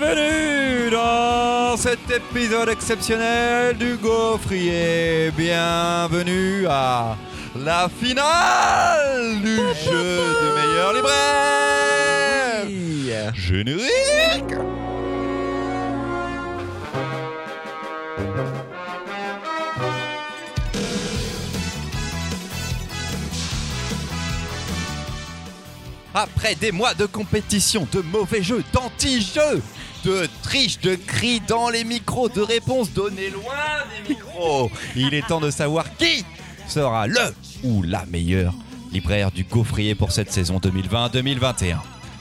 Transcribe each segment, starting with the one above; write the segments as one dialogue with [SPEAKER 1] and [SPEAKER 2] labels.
[SPEAKER 1] Bienvenue dans cet épisode exceptionnel du Gaufrier. Bienvenue à la finale du jeu du meilleur libraire. Générique. Après des mois de compétition, de mauvais jeux, d'anti-jeux, de triche, de cris dans les micros, de réponses données loin des micros, il est temps de savoir qui sera le ou la meilleure libraire du gaufrier pour cette saison 2020-2021.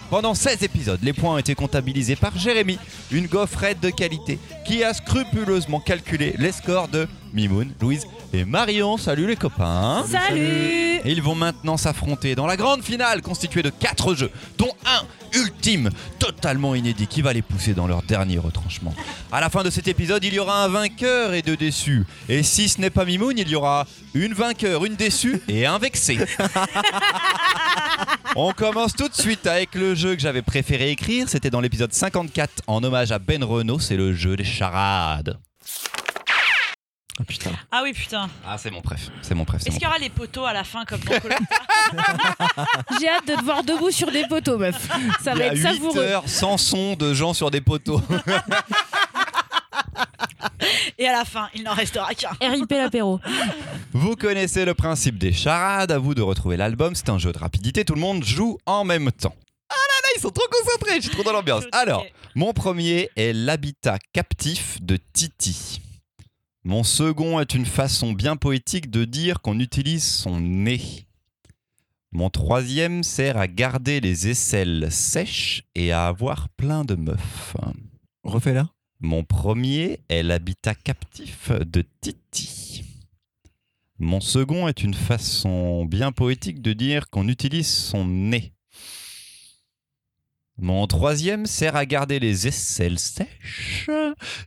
[SPEAKER 1] Pendant 16 épisodes, les points ont été comptabilisés par Jérémy, une gaufrette de qualité, qui a scrupuleusement calculé les scores de Mimoun, Louise et Marion. Salut les copains
[SPEAKER 2] Salut
[SPEAKER 1] et ils vont maintenant s'affronter dans la grande finale constituée de 4 jeux, dont un ultime, totalement inédit, qui va les pousser dans leur dernier retranchement. À la fin de cet épisode, il y aura un vainqueur et deux déçus. Et si ce n'est pas Mimoun, il y aura une vainqueur, une déçue et un vexé. On commence tout de suite avec le jeu que j'avais préféré écrire. C'était dans l'épisode 54 en hommage à Ben Renault. C'est le jeu des charades.
[SPEAKER 3] Ah putain.
[SPEAKER 2] Ah oui, putain.
[SPEAKER 1] Ah, c'est mon préf. C'est mon préf. c'est
[SPEAKER 2] Est-ce
[SPEAKER 1] mon
[SPEAKER 2] qu'il y aura les poteaux à la fin comme dans Colombo
[SPEAKER 4] J'ai hâte de te voir debout sur des poteaux, meuf. Ça
[SPEAKER 1] Il y
[SPEAKER 4] va
[SPEAKER 1] a
[SPEAKER 4] être
[SPEAKER 1] 8
[SPEAKER 4] savoureux.
[SPEAKER 1] heures sans son de gens sur des poteaux.
[SPEAKER 2] Et à la fin, il n'en restera qu'un.
[SPEAKER 4] RIP l'apéro.
[SPEAKER 1] Vous connaissez le principe des charades, à vous de retrouver l'album, c'est un jeu de rapidité, tout le monde joue en même temps. Ah là là, ils sont trop concentrés, je suis trop dans l'ambiance. Alors, mon premier est l'habitat captif de Titi. Mon second est une façon bien poétique de dire qu'on utilise son nez. Mon troisième sert à garder les aisselles sèches et à avoir plein de meufs.
[SPEAKER 3] Refais-la.
[SPEAKER 1] Mon premier est l'habitat captif de Titi. Mon second est une façon bien poétique de dire qu'on utilise son nez. Mon troisième sert à garder les aisselles sèches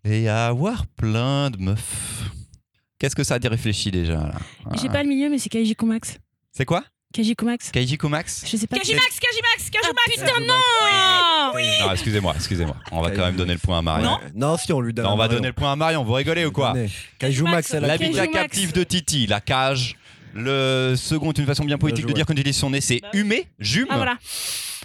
[SPEAKER 1] et à avoir plein de meufs. Qu'est-ce que ça a réfléchi déjà là
[SPEAKER 4] J'ai pas le milieu, mais c'est Kaiji Kumax.
[SPEAKER 1] C'est quoi
[SPEAKER 4] Kaiji Kumax
[SPEAKER 1] Kaiji Kumax
[SPEAKER 4] Je sais pas.
[SPEAKER 2] Kajimax, Kajimax,
[SPEAKER 1] Ah,
[SPEAKER 2] Kajimax
[SPEAKER 4] putain, non
[SPEAKER 1] Non, excusez-moi, excusez-moi. On va quand même donner le point à Marion.
[SPEAKER 3] Non, non, si on lui donne.
[SPEAKER 1] Non, on
[SPEAKER 3] un
[SPEAKER 1] va
[SPEAKER 3] Marion.
[SPEAKER 1] donner le point à Marion, vous rigolez ou quoi
[SPEAKER 3] Donnez. Cajou Max, elle a
[SPEAKER 4] Cajou
[SPEAKER 1] L'habitat
[SPEAKER 4] Max.
[SPEAKER 1] captif de Titi, la cage. Le second, une façon bien poétique de
[SPEAKER 3] joué.
[SPEAKER 1] dire qu'on utilise son nez, c'est
[SPEAKER 2] Bah oui.
[SPEAKER 1] humer, jume,
[SPEAKER 4] Ah voilà.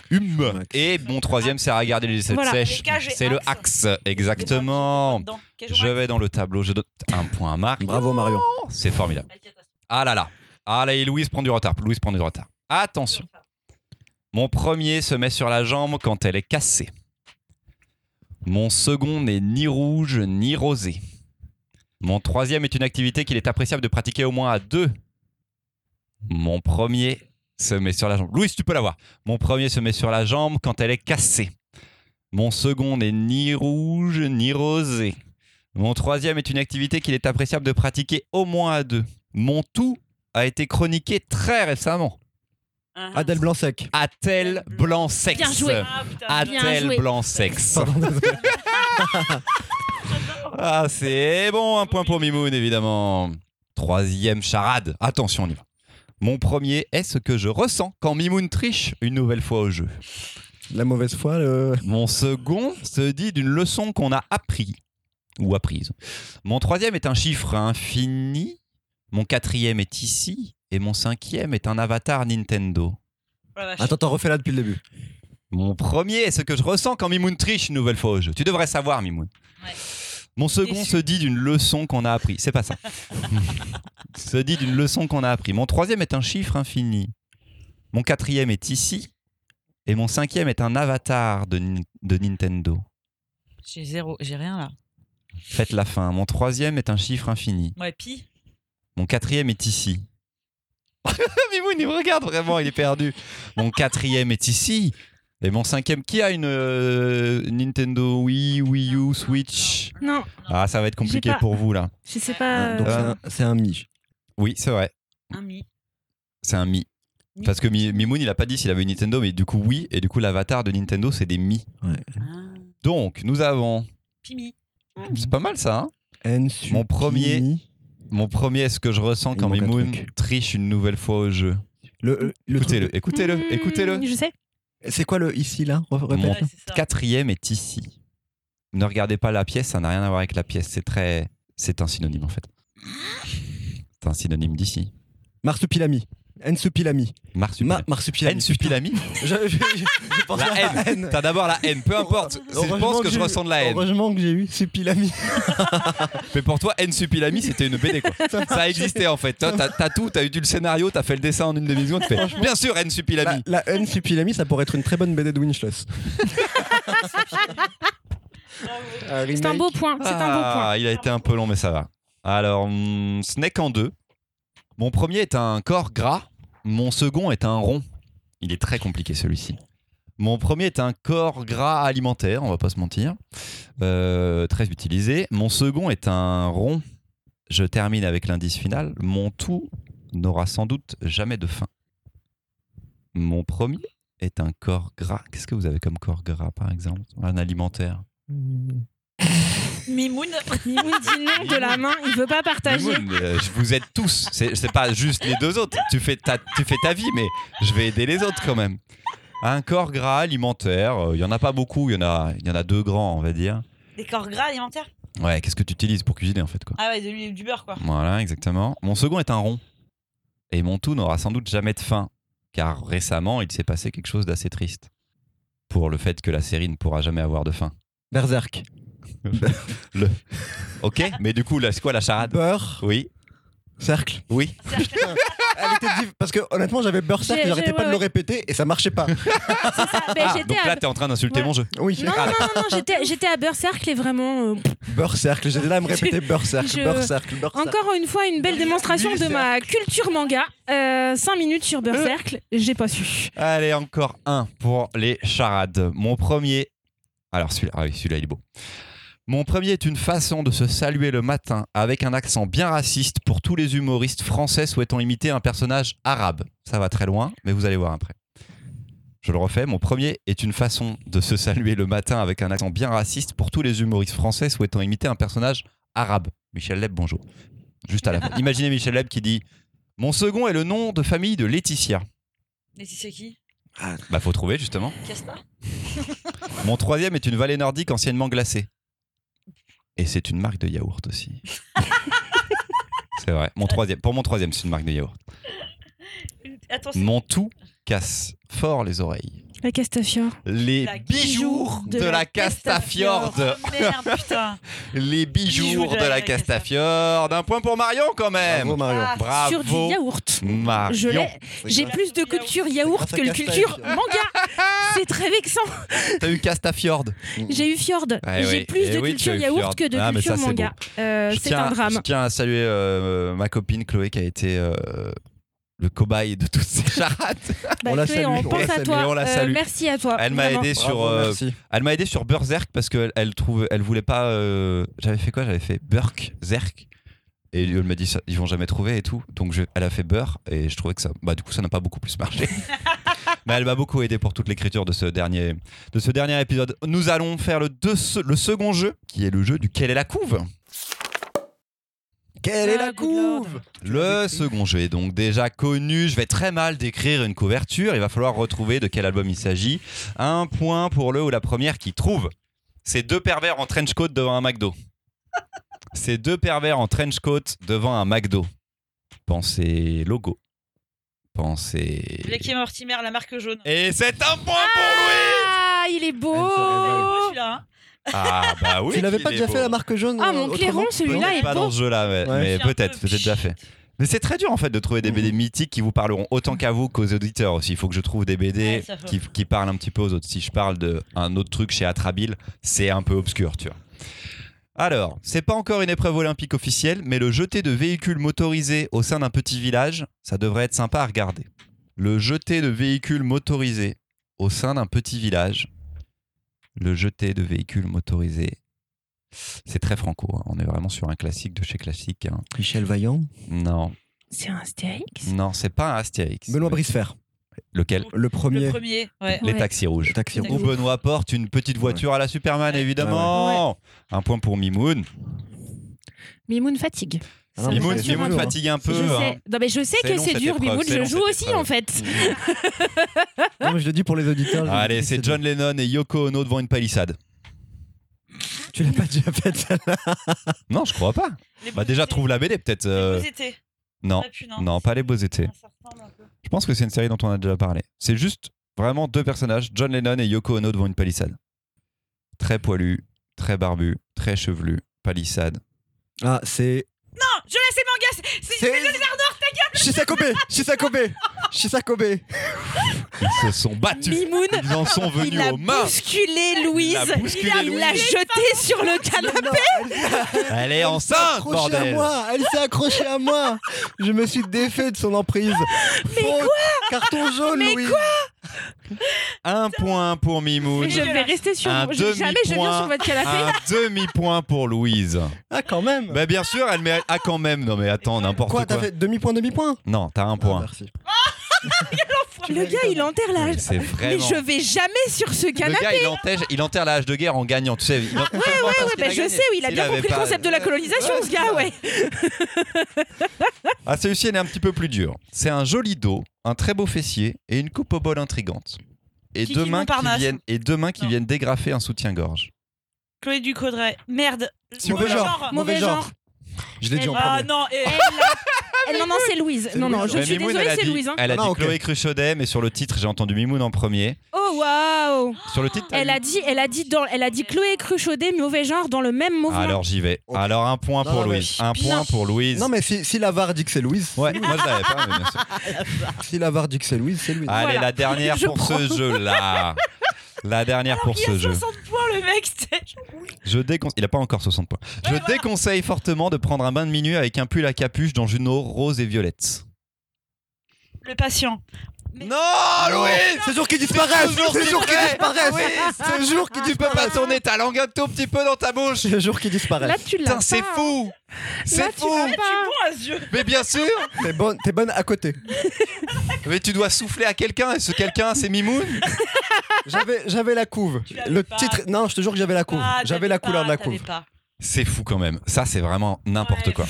[SPEAKER 1] hume.
[SPEAKER 3] Max.
[SPEAKER 1] Et mon troisième, c'est à regarder les aisselles
[SPEAKER 4] Voilà.
[SPEAKER 1] sèches.
[SPEAKER 2] Les cages et
[SPEAKER 1] C'est le
[SPEAKER 2] axes.
[SPEAKER 1] axe, exactement.
[SPEAKER 2] Dedans, Kajimax.
[SPEAKER 1] Je vais dans le tableau, je donne un point à Marc.
[SPEAKER 3] Bravo Marion.
[SPEAKER 1] C'est formidable. Ah là là. Ah là, et Louise prend du retard. Louise prend du retard. Attention. Mon premier se met sur la jambe quand elle est cassée. Mon second n'est ni rouge ni rosé. Mon troisième est une activité qu'il est appréciable de pratiquer au moins à deux. Mon premier se met sur la jambe. Louise, tu peux l'avoir. Mon premier se met sur la jambe quand elle est cassée. Mon second n'est ni rouge ni rosé. Mon troisième est une activité qu'il est appréciable de pratiquer au moins à deux. Mon tout a été chroniqué très récemment.
[SPEAKER 2] Ah, ah.
[SPEAKER 3] Adèle Blanc-Sec.
[SPEAKER 1] À tel blanc sexe.
[SPEAKER 4] Bien joué.
[SPEAKER 2] Ah, putain,
[SPEAKER 1] À
[SPEAKER 4] Bien
[SPEAKER 1] tel
[SPEAKER 4] joué.
[SPEAKER 1] blanc sexe.
[SPEAKER 3] Pardon, désolé.
[SPEAKER 1] Ah, c'est bon, un point pour Mimoun, évidemment. Troisième charade. Attention, on y va. Mon premier est ce que je ressens quand Mimoun triche une nouvelle fois au jeu.
[SPEAKER 3] La mauvaise foi, le.
[SPEAKER 1] Mon second se dit d'une leçon qu'on a appris ou apprise. Mon troisième est un chiffre infini. Mon quatrième est ici. Et mon cinquième est un avatar Nintendo.
[SPEAKER 2] oh la vache.
[SPEAKER 3] Attends, attends, refais-la depuis le début.
[SPEAKER 1] Mon premier est ce que je ressens quand Mimoun triche une nouvelle fois au jeu. Tu devrais savoir, Mimoun.
[SPEAKER 2] Ouais.
[SPEAKER 1] Mon second
[SPEAKER 2] Déçu.
[SPEAKER 1] se dit d'une leçon qu'on a appris. C'est pas ça. se dit d'une leçon qu'on a appris. Mon troisième est un chiffre infini. Mon quatrième est ici. Et mon cinquième est un avatar de, Nin- de Nintendo.
[SPEAKER 2] J'ai zéro, j'ai rien là.
[SPEAKER 1] Faites la fin. Mon troisième est un chiffre infini.
[SPEAKER 2] Ouais, pi.
[SPEAKER 1] Mon quatrième est ici. Mimoun, il me regarde vraiment, il est perdu. Mon quatrième est ici. Et mon cinquième, qui a une euh, Nintendo Wii, Wii U, Switch
[SPEAKER 4] Non,
[SPEAKER 1] Ah, ça va être compliqué
[SPEAKER 4] J'ai pas.
[SPEAKER 1] pour vous là.
[SPEAKER 4] je sais
[SPEAKER 1] Ah,
[SPEAKER 4] pas.
[SPEAKER 3] Ah,
[SPEAKER 4] euh,
[SPEAKER 3] Donc, c'est
[SPEAKER 1] euh,
[SPEAKER 3] un- c'est un, mi.
[SPEAKER 1] Oui, c'est vrai.
[SPEAKER 2] Un mi.
[SPEAKER 1] C'est un Mi.
[SPEAKER 2] Mi.
[SPEAKER 1] Parce que Mi- Mimoun, il a pas dit s'il avait une Nintendo, mais du coup, oui. Et du coup, l'avatar de Nintendo, c'est des Mi.
[SPEAKER 2] Ah,
[SPEAKER 1] Donc, nous avons.
[SPEAKER 2] pi mi.
[SPEAKER 4] Mm.
[SPEAKER 1] C'est pas mal ça, hein
[SPEAKER 3] N, su,
[SPEAKER 1] Mon premier.
[SPEAKER 3] mi.
[SPEAKER 1] Mon premier est ce que je ressens
[SPEAKER 3] Il
[SPEAKER 1] quand
[SPEAKER 3] manque un
[SPEAKER 1] Mimoun
[SPEAKER 3] truc.
[SPEAKER 1] triche une nouvelle fois au jeu.
[SPEAKER 3] Le, le, le truc
[SPEAKER 4] Mm.
[SPEAKER 1] Écoutez-le, écoutez-le, écoutez-le.
[SPEAKER 4] hmm, Je sais.
[SPEAKER 3] C'est quoi le ici, là Re- répète.
[SPEAKER 1] Mon-
[SPEAKER 2] Ouais, c'est ça.
[SPEAKER 1] Quatrième est ici. Ne regardez pas la pièce, ça n'a rien à voir avec la pièce. C'est très. C'est un synonyme en fait. C'est un synonyme d'ici.
[SPEAKER 3] Marsupilami. Ensupilami. Ma-
[SPEAKER 1] Marsupilami.
[SPEAKER 3] marsupilami.
[SPEAKER 1] Ensupilami.
[SPEAKER 3] Je, je, je pensais
[SPEAKER 1] La
[SPEAKER 3] à la haine.
[SPEAKER 1] T'as d'abord la haine, peu importe. Je
[SPEAKER 3] Heureusement
[SPEAKER 1] pense que je
[SPEAKER 3] j'ai eu-
[SPEAKER 1] ressens de la haine.
[SPEAKER 3] Heureusement que j'ai eu supilami.
[SPEAKER 1] Mais pour toi, Ensupilami, c'était une BD quoi. Ça existait en fait. Toi, t'as t'as tout, t'as eu le scénario, t'as fait le dessin en une demi-seconde. tu fais, Bien sûr,
[SPEAKER 3] La,
[SPEAKER 1] Ensupilami.
[SPEAKER 3] la Ensupilami, ça pourrait être une très bonne BD de Winchless.
[SPEAKER 2] Bravo.
[SPEAKER 4] C'est un beau point. Hein, C'est un beau point.
[SPEAKER 1] Ah, il a été un peu long, mais ça va. Alors, hmm, ce n'est qu'en deux. Mon premier est un corps gras. Mon second est un rond. Il est très compliqué celui-ci. Mon premier est un corps gras alimentaire, on va pas se mentir. Euh, très utilisé. Mon second est un rond. Je termine avec l'indice final. Mon tout n'aura sans doute jamais de fin. Mon premier est un corps gras. Qu'est-ce que vous avez comme corps gras, par exemple Un alimentaire.
[SPEAKER 2] Mimoun.
[SPEAKER 4] Il nous dit non de la main. Il veut pas partager.
[SPEAKER 1] Mimoun, euh, je vous aide tous. C'est c'est pas juste les deux autres. Tu fais, ta, tu fais ta vie, mais je vais aider les autres quand même. Un corps gras alimentaire. euh, Il y en a pas beaucoup. Il y en a, il y en a deux grands, on va dire.
[SPEAKER 2] Des corps gras alimentaires
[SPEAKER 1] Ouais. Qu'est-ce que tu utilises pour cuisiner en fait, quoi
[SPEAKER 2] Ah ouais, de l'huile et du beurre quoi.
[SPEAKER 1] Voilà, exactement. Mon second est un rond. Et mon tout n'aura sans doute jamais de fin, car récemment il s'est passé quelque chose d'assez triste pour le fait que la série ne pourra jamais avoir de fin.
[SPEAKER 3] Berserk.
[SPEAKER 1] Ok. Mais du coup, là, c'est quoi la charade
[SPEAKER 3] Beurre.
[SPEAKER 1] Oui.
[SPEAKER 3] Cercle.
[SPEAKER 1] Oui.
[SPEAKER 3] Elle était diff- Parce que honnêtement, j'avais beurre cercle,
[SPEAKER 4] J'ai-
[SPEAKER 3] j'arrêtais
[SPEAKER 4] j'ai-
[SPEAKER 3] pas de
[SPEAKER 4] ouais,
[SPEAKER 3] le
[SPEAKER 4] ouais.
[SPEAKER 3] répéter et ça marchait pas.
[SPEAKER 4] C'est ça. Ben,
[SPEAKER 1] Ah,
[SPEAKER 4] j'étais
[SPEAKER 1] donc
[SPEAKER 4] à...
[SPEAKER 1] là, Ah. t'es en train d'insulter
[SPEAKER 4] Ouais.
[SPEAKER 1] mon jeu.
[SPEAKER 3] Oui.
[SPEAKER 4] Non, non, non, non, j'étais- j'étais à Berserk et vraiment. euh,
[SPEAKER 3] Beurre cercle. J'étais là à me répéter beurre cercle,
[SPEAKER 4] Je-
[SPEAKER 3] beurre cercle, beurre cercle.
[SPEAKER 4] Encore une fois, une belle démonstration de ma culture manga. 5 minutes
[SPEAKER 1] Euh.
[SPEAKER 4] sur Berserk, j'ai pas su.
[SPEAKER 1] Allez, encore un pour les charades. Mon premier. Alors, celui-là, ah oui, celui-là, il est beau. Mon premier est une façon de se saluer le matin avec un accent bien raciste pour tous les humoristes français souhaitant imiter un personnage arabe. Ça va très loin, mais vous allez voir après. Je le refais. Mon premier est une façon de se saluer le matin avec un accent bien raciste pour tous les humoristes français souhaitant imiter un personnage arabe. Michel Leb, bonjour. Juste à la fin. Imaginez Michel Leb qui dit Mon second est le nom de famille de Laetitia.
[SPEAKER 2] Mais c'est qui
[SPEAKER 1] Bah, faut trouver justement.
[SPEAKER 2] Casse pas
[SPEAKER 1] Mon troisième est une vallée nordique anciennement glacée. Et c'est une marque de yaourt aussi. c'est vrai. Mon troisième, pour mon troisième, c'est une marque de yaourt.
[SPEAKER 4] Oh,
[SPEAKER 2] Attends, c'est
[SPEAKER 1] Mon tout casse fort les oreilles.
[SPEAKER 4] La Castafiore.
[SPEAKER 1] Les
[SPEAKER 2] La
[SPEAKER 1] bijoux de, la Castafiorde.
[SPEAKER 2] Oh, Merde, putain.
[SPEAKER 1] Les bijoux de la Castafiorde. Un point pour Marion quand même.
[SPEAKER 3] Bravo Marion.
[SPEAKER 2] Ah,
[SPEAKER 1] Bravo.
[SPEAKER 4] Sur du yaourt. Je
[SPEAKER 1] Marion,
[SPEAKER 4] l'ai. J'ai
[SPEAKER 2] grâce-
[SPEAKER 4] plus de culture yaourt
[SPEAKER 3] grâce à
[SPEAKER 4] que de
[SPEAKER 3] Castagne.
[SPEAKER 4] culture manga. C'est très vexant.
[SPEAKER 1] t'as eu Castafiorde.
[SPEAKER 4] J'ai eu Fjord.
[SPEAKER 1] Ouais,
[SPEAKER 4] J'ai
[SPEAKER 1] oui.
[SPEAKER 4] plus
[SPEAKER 1] Eh
[SPEAKER 4] de
[SPEAKER 1] oui, tu as
[SPEAKER 4] culture
[SPEAKER 1] eu Fjord.
[SPEAKER 4] yaourt que de
[SPEAKER 1] Ah, mais ça,
[SPEAKER 4] culture
[SPEAKER 1] c'est
[SPEAKER 4] manga. Euh,
[SPEAKER 1] Je
[SPEAKER 4] C'est
[SPEAKER 1] tiens-
[SPEAKER 4] un
[SPEAKER 1] Je
[SPEAKER 4] drame.
[SPEAKER 1] tiens à saluer euh, ma copine Chloé qui a été euh, le cobaye de toutes ces charades.
[SPEAKER 4] Bah,
[SPEAKER 3] la
[SPEAKER 4] Chloé,
[SPEAKER 3] salue, on
[SPEAKER 4] on pense
[SPEAKER 3] la
[SPEAKER 4] à
[SPEAKER 3] salue,
[SPEAKER 1] on
[SPEAKER 4] toi.
[SPEAKER 1] la
[SPEAKER 4] Euh,
[SPEAKER 1] salue.
[SPEAKER 4] Merci à toi.
[SPEAKER 1] Elle m'a
[SPEAKER 4] vraiment.
[SPEAKER 1] aidé sur,
[SPEAKER 3] Bravo,
[SPEAKER 1] euh,
[SPEAKER 3] merci.
[SPEAKER 1] elle m'a aidé sur Berserk parce qu'elle elle trouve, elle voulait pas. euh, j'avais fait quoi J'avais fait Burk Zerk. Et elle m'a dit ça, ils vont jamais trouver et tout. Donc je- elle a fait beurre et je trouvais que ça, bah du coup ça n'a pas beaucoup plus marché. Mais elle m'a beaucoup aidé pour toute l'écriture de ce dernier, de ce dernier épisode. Nous allons faire le deux, le second jeu qui est le jeu du quelle est la couve.
[SPEAKER 3] Quelle est
[SPEAKER 4] Ah,
[SPEAKER 3] la
[SPEAKER 4] good lord.
[SPEAKER 3] couve
[SPEAKER 1] Le second jeu est donc déjà connu. Je vais très mal décrire une couverture. Il va falloir retrouver de quel album il s'agit. Un point pour le ou la première qui trouve ces deux pervers en trench coat devant un McDo. ces deux pervers en trench coat devant un McDo. Pensez logo. Pensez.
[SPEAKER 2] Blake et Mortimer, la marque jaune.
[SPEAKER 1] Et c'est un point pour Louis
[SPEAKER 4] Ah, il est beau.
[SPEAKER 2] Oh, celui-là. hein.
[SPEAKER 1] Ah bah oui
[SPEAKER 3] Tu l'avais
[SPEAKER 1] qu'il
[SPEAKER 3] pas
[SPEAKER 1] est
[SPEAKER 3] déjà
[SPEAKER 1] beau.
[SPEAKER 3] fait la marque jaune
[SPEAKER 4] Ah,
[SPEAKER 3] euh,
[SPEAKER 4] mon
[SPEAKER 3] autrement
[SPEAKER 4] clairon, celui-là
[SPEAKER 1] On
[SPEAKER 4] est
[SPEAKER 1] pas
[SPEAKER 4] beau.
[SPEAKER 1] dans ce jeu-là, mais,
[SPEAKER 3] Ouais.
[SPEAKER 1] mais
[SPEAKER 2] Je suis un
[SPEAKER 1] peut-être,
[SPEAKER 2] peu-
[SPEAKER 1] j'ai déjà fait. Mais c'est très dur en fait de trouver des BD
[SPEAKER 2] Mhm.
[SPEAKER 1] mythiques qui vous parleront autant qu'à vous qu'aux auditeurs aussi. Il faut que je trouve des
[SPEAKER 2] Ouais,
[SPEAKER 1] BD
[SPEAKER 2] ça faut.
[SPEAKER 1] qui, qui parlent un petit peu aux autres. Si je parle d'un autre truc chez Atrabile, c'est un peu obscur, tu vois. Alors, c'est pas encore une épreuve olympique officielle, mais le jeté de véhicules motorisés au sein d'un petit village, ça devrait être sympa à regarder. Le jeté de véhicules motorisés au sein d'un petit village. Le jeté de véhicules motorisés. C'est très franco, hein. on est vraiment sur un classique de chez classique. hein.
[SPEAKER 3] Michel Vaillant.
[SPEAKER 1] Non,
[SPEAKER 4] C'est un Astérix.
[SPEAKER 1] non, c'est pas un Astérix.
[SPEAKER 3] Benoît Bricefer.
[SPEAKER 1] Lequel
[SPEAKER 3] Le
[SPEAKER 2] Le
[SPEAKER 3] premier.
[SPEAKER 2] premier, ouais.
[SPEAKER 1] Les
[SPEAKER 4] Ouais.
[SPEAKER 1] taxis rouges.
[SPEAKER 3] Taxi
[SPEAKER 2] Le
[SPEAKER 1] Ou
[SPEAKER 3] rouge.
[SPEAKER 1] Benoît porte une petite voiture à la Superman, évidemment. Un point pour Mimoun.
[SPEAKER 4] Mimoun fatigue.
[SPEAKER 3] Ah non,
[SPEAKER 4] Ça
[SPEAKER 1] Mimoun,
[SPEAKER 4] me
[SPEAKER 3] c'est
[SPEAKER 1] Mimoun
[SPEAKER 3] dur, hein.
[SPEAKER 1] fatigue un peu.
[SPEAKER 4] je
[SPEAKER 1] hein.
[SPEAKER 4] sais. Non, mais je sais
[SPEAKER 1] C'est
[SPEAKER 4] que
[SPEAKER 1] long,
[SPEAKER 4] c'est
[SPEAKER 1] cette
[SPEAKER 4] dur,
[SPEAKER 1] épreuve,
[SPEAKER 4] Mimoun.
[SPEAKER 1] c'est
[SPEAKER 4] Je
[SPEAKER 1] long,
[SPEAKER 4] joue
[SPEAKER 1] cette
[SPEAKER 4] aussi,
[SPEAKER 1] épreuve.
[SPEAKER 4] en fait.
[SPEAKER 3] Non, mais je le dis pour les auditeurs. Ah, je me
[SPEAKER 1] Allez,
[SPEAKER 3] dis,
[SPEAKER 1] c'est John Lennon et Yoko Ono devant une palissade.
[SPEAKER 3] Tu l'as pas déjà faite, celle-là
[SPEAKER 1] Non, je crois pas.
[SPEAKER 2] Les
[SPEAKER 1] Bah
[SPEAKER 2] beaux
[SPEAKER 1] déjà
[SPEAKER 2] étés.
[SPEAKER 1] trouve la BD peut-être. euh,
[SPEAKER 2] Les beaux étés.
[SPEAKER 1] Non,
[SPEAKER 2] Ah, puis
[SPEAKER 1] non, pas les beaux étés.
[SPEAKER 2] Un certain, un peu.
[SPEAKER 1] Je pense que c'est une série dont on a déjà parlé. C'est juste vraiment deux personnages, John Lennon et Yoko Ono devant une palissade. Très poilu, très barbu, très chevelu, palissade.
[SPEAKER 3] Ah, c'est.
[SPEAKER 2] Non, je la sais, manga. c'est- C'est
[SPEAKER 3] Shisakobe Shisakobe Shisakobe
[SPEAKER 1] Ils se sont battus.
[SPEAKER 4] Mimoun,
[SPEAKER 1] Ils en sont
[SPEAKER 4] il
[SPEAKER 1] venus
[SPEAKER 4] a
[SPEAKER 1] aux mains.
[SPEAKER 4] bousculé
[SPEAKER 1] Il a
[SPEAKER 4] Louise.
[SPEAKER 1] bousculé
[SPEAKER 4] Il
[SPEAKER 1] Louise.
[SPEAKER 4] l'a jetée sur le canapé.
[SPEAKER 1] Elle est enceinte,
[SPEAKER 3] accrochée à
[SPEAKER 1] Ah, bordel.
[SPEAKER 3] moi Elle s'est accrochée à moi Je me suis défait de son emprise Mais quoi Carton jaune,
[SPEAKER 4] Mais
[SPEAKER 3] Louis
[SPEAKER 1] Un point pour Mimoun.
[SPEAKER 4] Mais je vais rester sur.
[SPEAKER 1] Un
[SPEAKER 4] mon- je- Jamais je viens
[SPEAKER 1] demi-point.
[SPEAKER 4] sur votre canapé.
[SPEAKER 1] Un demi-point pour Louise.
[SPEAKER 3] Ah, quand même
[SPEAKER 1] Bah bien sûr, elle mérite. Ah quand même, non mais attends, n'importe
[SPEAKER 3] Quoi,
[SPEAKER 1] quoi.
[SPEAKER 3] t'as fait demi-point, demi-point
[SPEAKER 1] Non, t'as un
[SPEAKER 3] Ah,
[SPEAKER 1] point.
[SPEAKER 3] merci.
[SPEAKER 1] Ah,
[SPEAKER 3] Tu
[SPEAKER 4] Le gars,
[SPEAKER 3] mérites un-
[SPEAKER 4] il enterre la.
[SPEAKER 1] Mais C'est
[SPEAKER 4] Mais
[SPEAKER 1] vraiment.
[SPEAKER 4] je vais jamais sur ce
[SPEAKER 1] Le
[SPEAKER 4] canapé.
[SPEAKER 1] gars, il enterre, il enterre la hache de guerre en gagnant, tu sais. Ouais, ouais, ouais,
[SPEAKER 4] Ben, je sais, oui, il a bien compris le concept de la colonisation,
[SPEAKER 3] Ouais,
[SPEAKER 4] ce gars, ouais.
[SPEAKER 1] Ah, celui-ci, elle est un petit peu plus dure. C'est un joli dos, un très beau fessier et une coupe au bol intrigante. Et
[SPEAKER 2] Kiki
[SPEAKER 1] deux mains qui
[SPEAKER 2] Montparnasse.
[SPEAKER 1] viennent, et deux mains qui
[SPEAKER 2] Non.
[SPEAKER 1] viennent dégrafer un soutien-gorge.
[SPEAKER 2] Chloé Ducaudray. Merde.
[SPEAKER 3] C'est mauvais genre.
[SPEAKER 4] Mauvais genre.
[SPEAKER 3] Je l'ai dit en
[SPEAKER 4] Eh
[SPEAKER 2] Ah
[SPEAKER 3] premier.
[SPEAKER 2] non,
[SPEAKER 1] Oh,
[SPEAKER 2] et.
[SPEAKER 4] Eh, non, non, c'est Louise.
[SPEAKER 3] C'est
[SPEAKER 4] Non, non,
[SPEAKER 3] Louise.
[SPEAKER 4] je
[SPEAKER 1] Mais
[SPEAKER 4] suis
[SPEAKER 1] Mimoun,
[SPEAKER 4] désolée,
[SPEAKER 1] elle a
[SPEAKER 4] c'est
[SPEAKER 1] dit-
[SPEAKER 4] Louise. hein.
[SPEAKER 1] Elle a
[SPEAKER 3] Ah,
[SPEAKER 1] dit
[SPEAKER 3] ok.
[SPEAKER 1] Chloé Cruchaudet, mais sur le titre, j'ai entendu Mimoun en premier.
[SPEAKER 4] Oh, waouh.
[SPEAKER 1] Sur le titre, t'as
[SPEAKER 4] Elle
[SPEAKER 1] dit-
[SPEAKER 4] a dit, elle a dit, dans, elle a dit Chloé Cruchaudet, mauvais genre, dans le même mouvement.
[SPEAKER 1] Alors j'y vais.
[SPEAKER 3] Ok.
[SPEAKER 1] Alors un point
[SPEAKER 3] Non,
[SPEAKER 1] pour
[SPEAKER 3] non, mais
[SPEAKER 1] Louise. Un
[SPEAKER 4] putain.
[SPEAKER 1] point pour Louise.
[SPEAKER 3] Non, mais si, si Lavar dit que c'est Louise,
[SPEAKER 1] Ouais, moi je l'avais pas, mais bien sûr.
[SPEAKER 3] si Lavar dit que c'est Louise, c'est Louise.
[SPEAKER 1] Allez,
[SPEAKER 4] Voilà.
[SPEAKER 1] la dernière
[SPEAKER 4] Je
[SPEAKER 1] pour
[SPEAKER 4] prends.
[SPEAKER 1] ce jeu-là. La dernière pour
[SPEAKER 2] Il y
[SPEAKER 1] ce
[SPEAKER 2] a
[SPEAKER 1] jeu.
[SPEAKER 2] 60 points, le mec. c'est-
[SPEAKER 1] Je déconse- Il a pas encore 60 points. Je
[SPEAKER 2] Ouais, voilà.
[SPEAKER 1] déconseille fortement de prendre un bain de minuit avec un pull à capuche dans une eau rose et violette.
[SPEAKER 2] Le patient. Mais-
[SPEAKER 1] Non,
[SPEAKER 4] Oh,
[SPEAKER 3] Oh, C'est sûr qu'ils disparaissent
[SPEAKER 1] toujours
[SPEAKER 3] C'est sûr qu'ils
[SPEAKER 1] vrai.
[SPEAKER 3] disparaissent C'est le
[SPEAKER 4] Ah,
[SPEAKER 3] jour qu'ils
[SPEAKER 1] Tu peux pas
[SPEAKER 3] disparaissent
[SPEAKER 1] tourner ta langue un tout petit peu dans ta bouche.
[SPEAKER 3] C'est le jour qu'ils
[SPEAKER 4] Là,
[SPEAKER 3] disparaissent
[SPEAKER 4] tu l'as.
[SPEAKER 1] Putain, c'est
[SPEAKER 4] pas, hein.
[SPEAKER 1] fou.
[SPEAKER 4] Là,
[SPEAKER 1] C'est
[SPEAKER 4] tu
[SPEAKER 1] fou.
[SPEAKER 4] l'as
[SPEAKER 2] Mais tu
[SPEAKER 4] pas.
[SPEAKER 2] bon à ce jeu.
[SPEAKER 1] Mais bien sûr.
[SPEAKER 3] T'es bonne, t'es bonne à côté.
[SPEAKER 1] Mais tu dois souffler à quelqu'un et ce quelqu'un, c'est Mimoun.
[SPEAKER 3] J'avais, j'avais la couve.
[SPEAKER 2] Tu l'avais
[SPEAKER 3] Le
[SPEAKER 2] pas.
[SPEAKER 3] titre. Non, je te jure que j'avais la couve.
[SPEAKER 2] Ah,
[SPEAKER 3] j'avais la
[SPEAKER 2] t'avais
[SPEAKER 3] couleur de la
[SPEAKER 2] pas, t'avais
[SPEAKER 3] couve.
[SPEAKER 2] pas.
[SPEAKER 1] C'est fou quand même. Ça, c'est vraiment n'importe
[SPEAKER 2] Ouais.
[SPEAKER 1] quoi.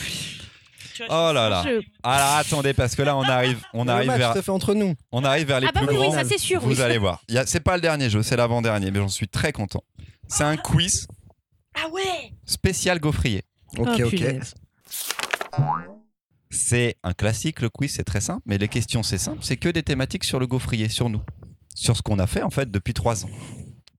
[SPEAKER 2] Tu vois,
[SPEAKER 1] Oh là là.
[SPEAKER 4] Je-
[SPEAKER 1] Alors attendez, parce que là, on arrive, on
[SPEAKER 3] Le
[SPEAKER 1] arrive
[SPEAKER 3] match
[SPEAKER 1] vers,
[SPEAKER 3] se fait entre nous.
[SPEAKER 1] On arrive vers les
[SPEAKER 4] Ah bah
[SPEAKER 1] plus
[SPEAKER 4] oui, oui,
[SPEAKER 1] grands.
[SPEAKER 4] ça c'est sûr. oui.
[SPEAKER 1] Vous allez voir. Il y a- C'est pas le dernier jeu, c'est l'avant-dernier, mais j'en suis très content. C'est un quiz
[SPEAKER 2] Ah ouais
[SPEAKER 1] spécial gaufrier.
[SPEAKER 3] Ok, ok.
[SPEAKER 4] Ah, punaise.
[SPEAKER 1] C'est un classique, le quiz, c'est très simple, mais les questions, c'est simple. C'est que des thématiques sur le gaufrier, sur nous. Sur ce qu'on a fait, en fait, depuis trois ans.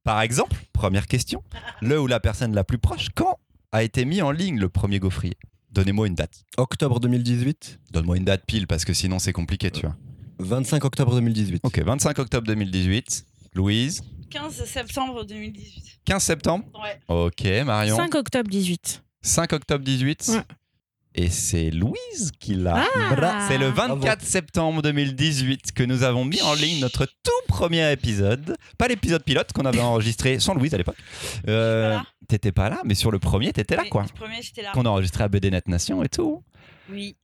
[SPEAKER 1] Par exemple, première question, le ou la personne la plus proche, quand a été mis en ligne le premier gaufrier Donnez-moi une date.
[SPEAKER 3] Octobre 2018.
[SPEAKER 1] Donne-moi une date pile, parce que sinon, c'est compliqué, tu vois.
[SPEAKER 3] 25 octobre 2018.
[SPEAKER 1] Ok, 25 octobre 2018. Louise.
[SPEAKER 2] 15 septembre 2018.
[SPEAKER 1] 15 septembre.
[SPEAKER 2] Ouais.
[SPEAKER 1] Ok, Marion.
[SPEAKER 4] 5 octobre 18.
[SPEAKER 1] 5 octobre 18.
[SPEAKER 4] Ouais.
[SPEAKER 1] Et c'est Louise qui l'a.
[SPEAKER 4] Ah.
[SPEAKER 1] C'est le
[SPEAKER 3] Bravo.
[SPEAKER 1] 24 septembre 2018 que nous avons mis en ligne notre tout premier épisode. Pas l'épisode pilote qu'on avait enregistré sans Louise à l'époque. Euh,
[SPEAKER 2] Voilà.
[SPEAKER 1] T'étais pas là, mais sur le premier, t'étais là
[SPEAKER 2] Mais
[SPEAKER 1] quoi.
[SPEAKER 2] Le premier, j'étais là.
[SPEAKER 1] Qu'on a enregistré à BDNet Nation et tout.
[SPEAKER 2] Oui.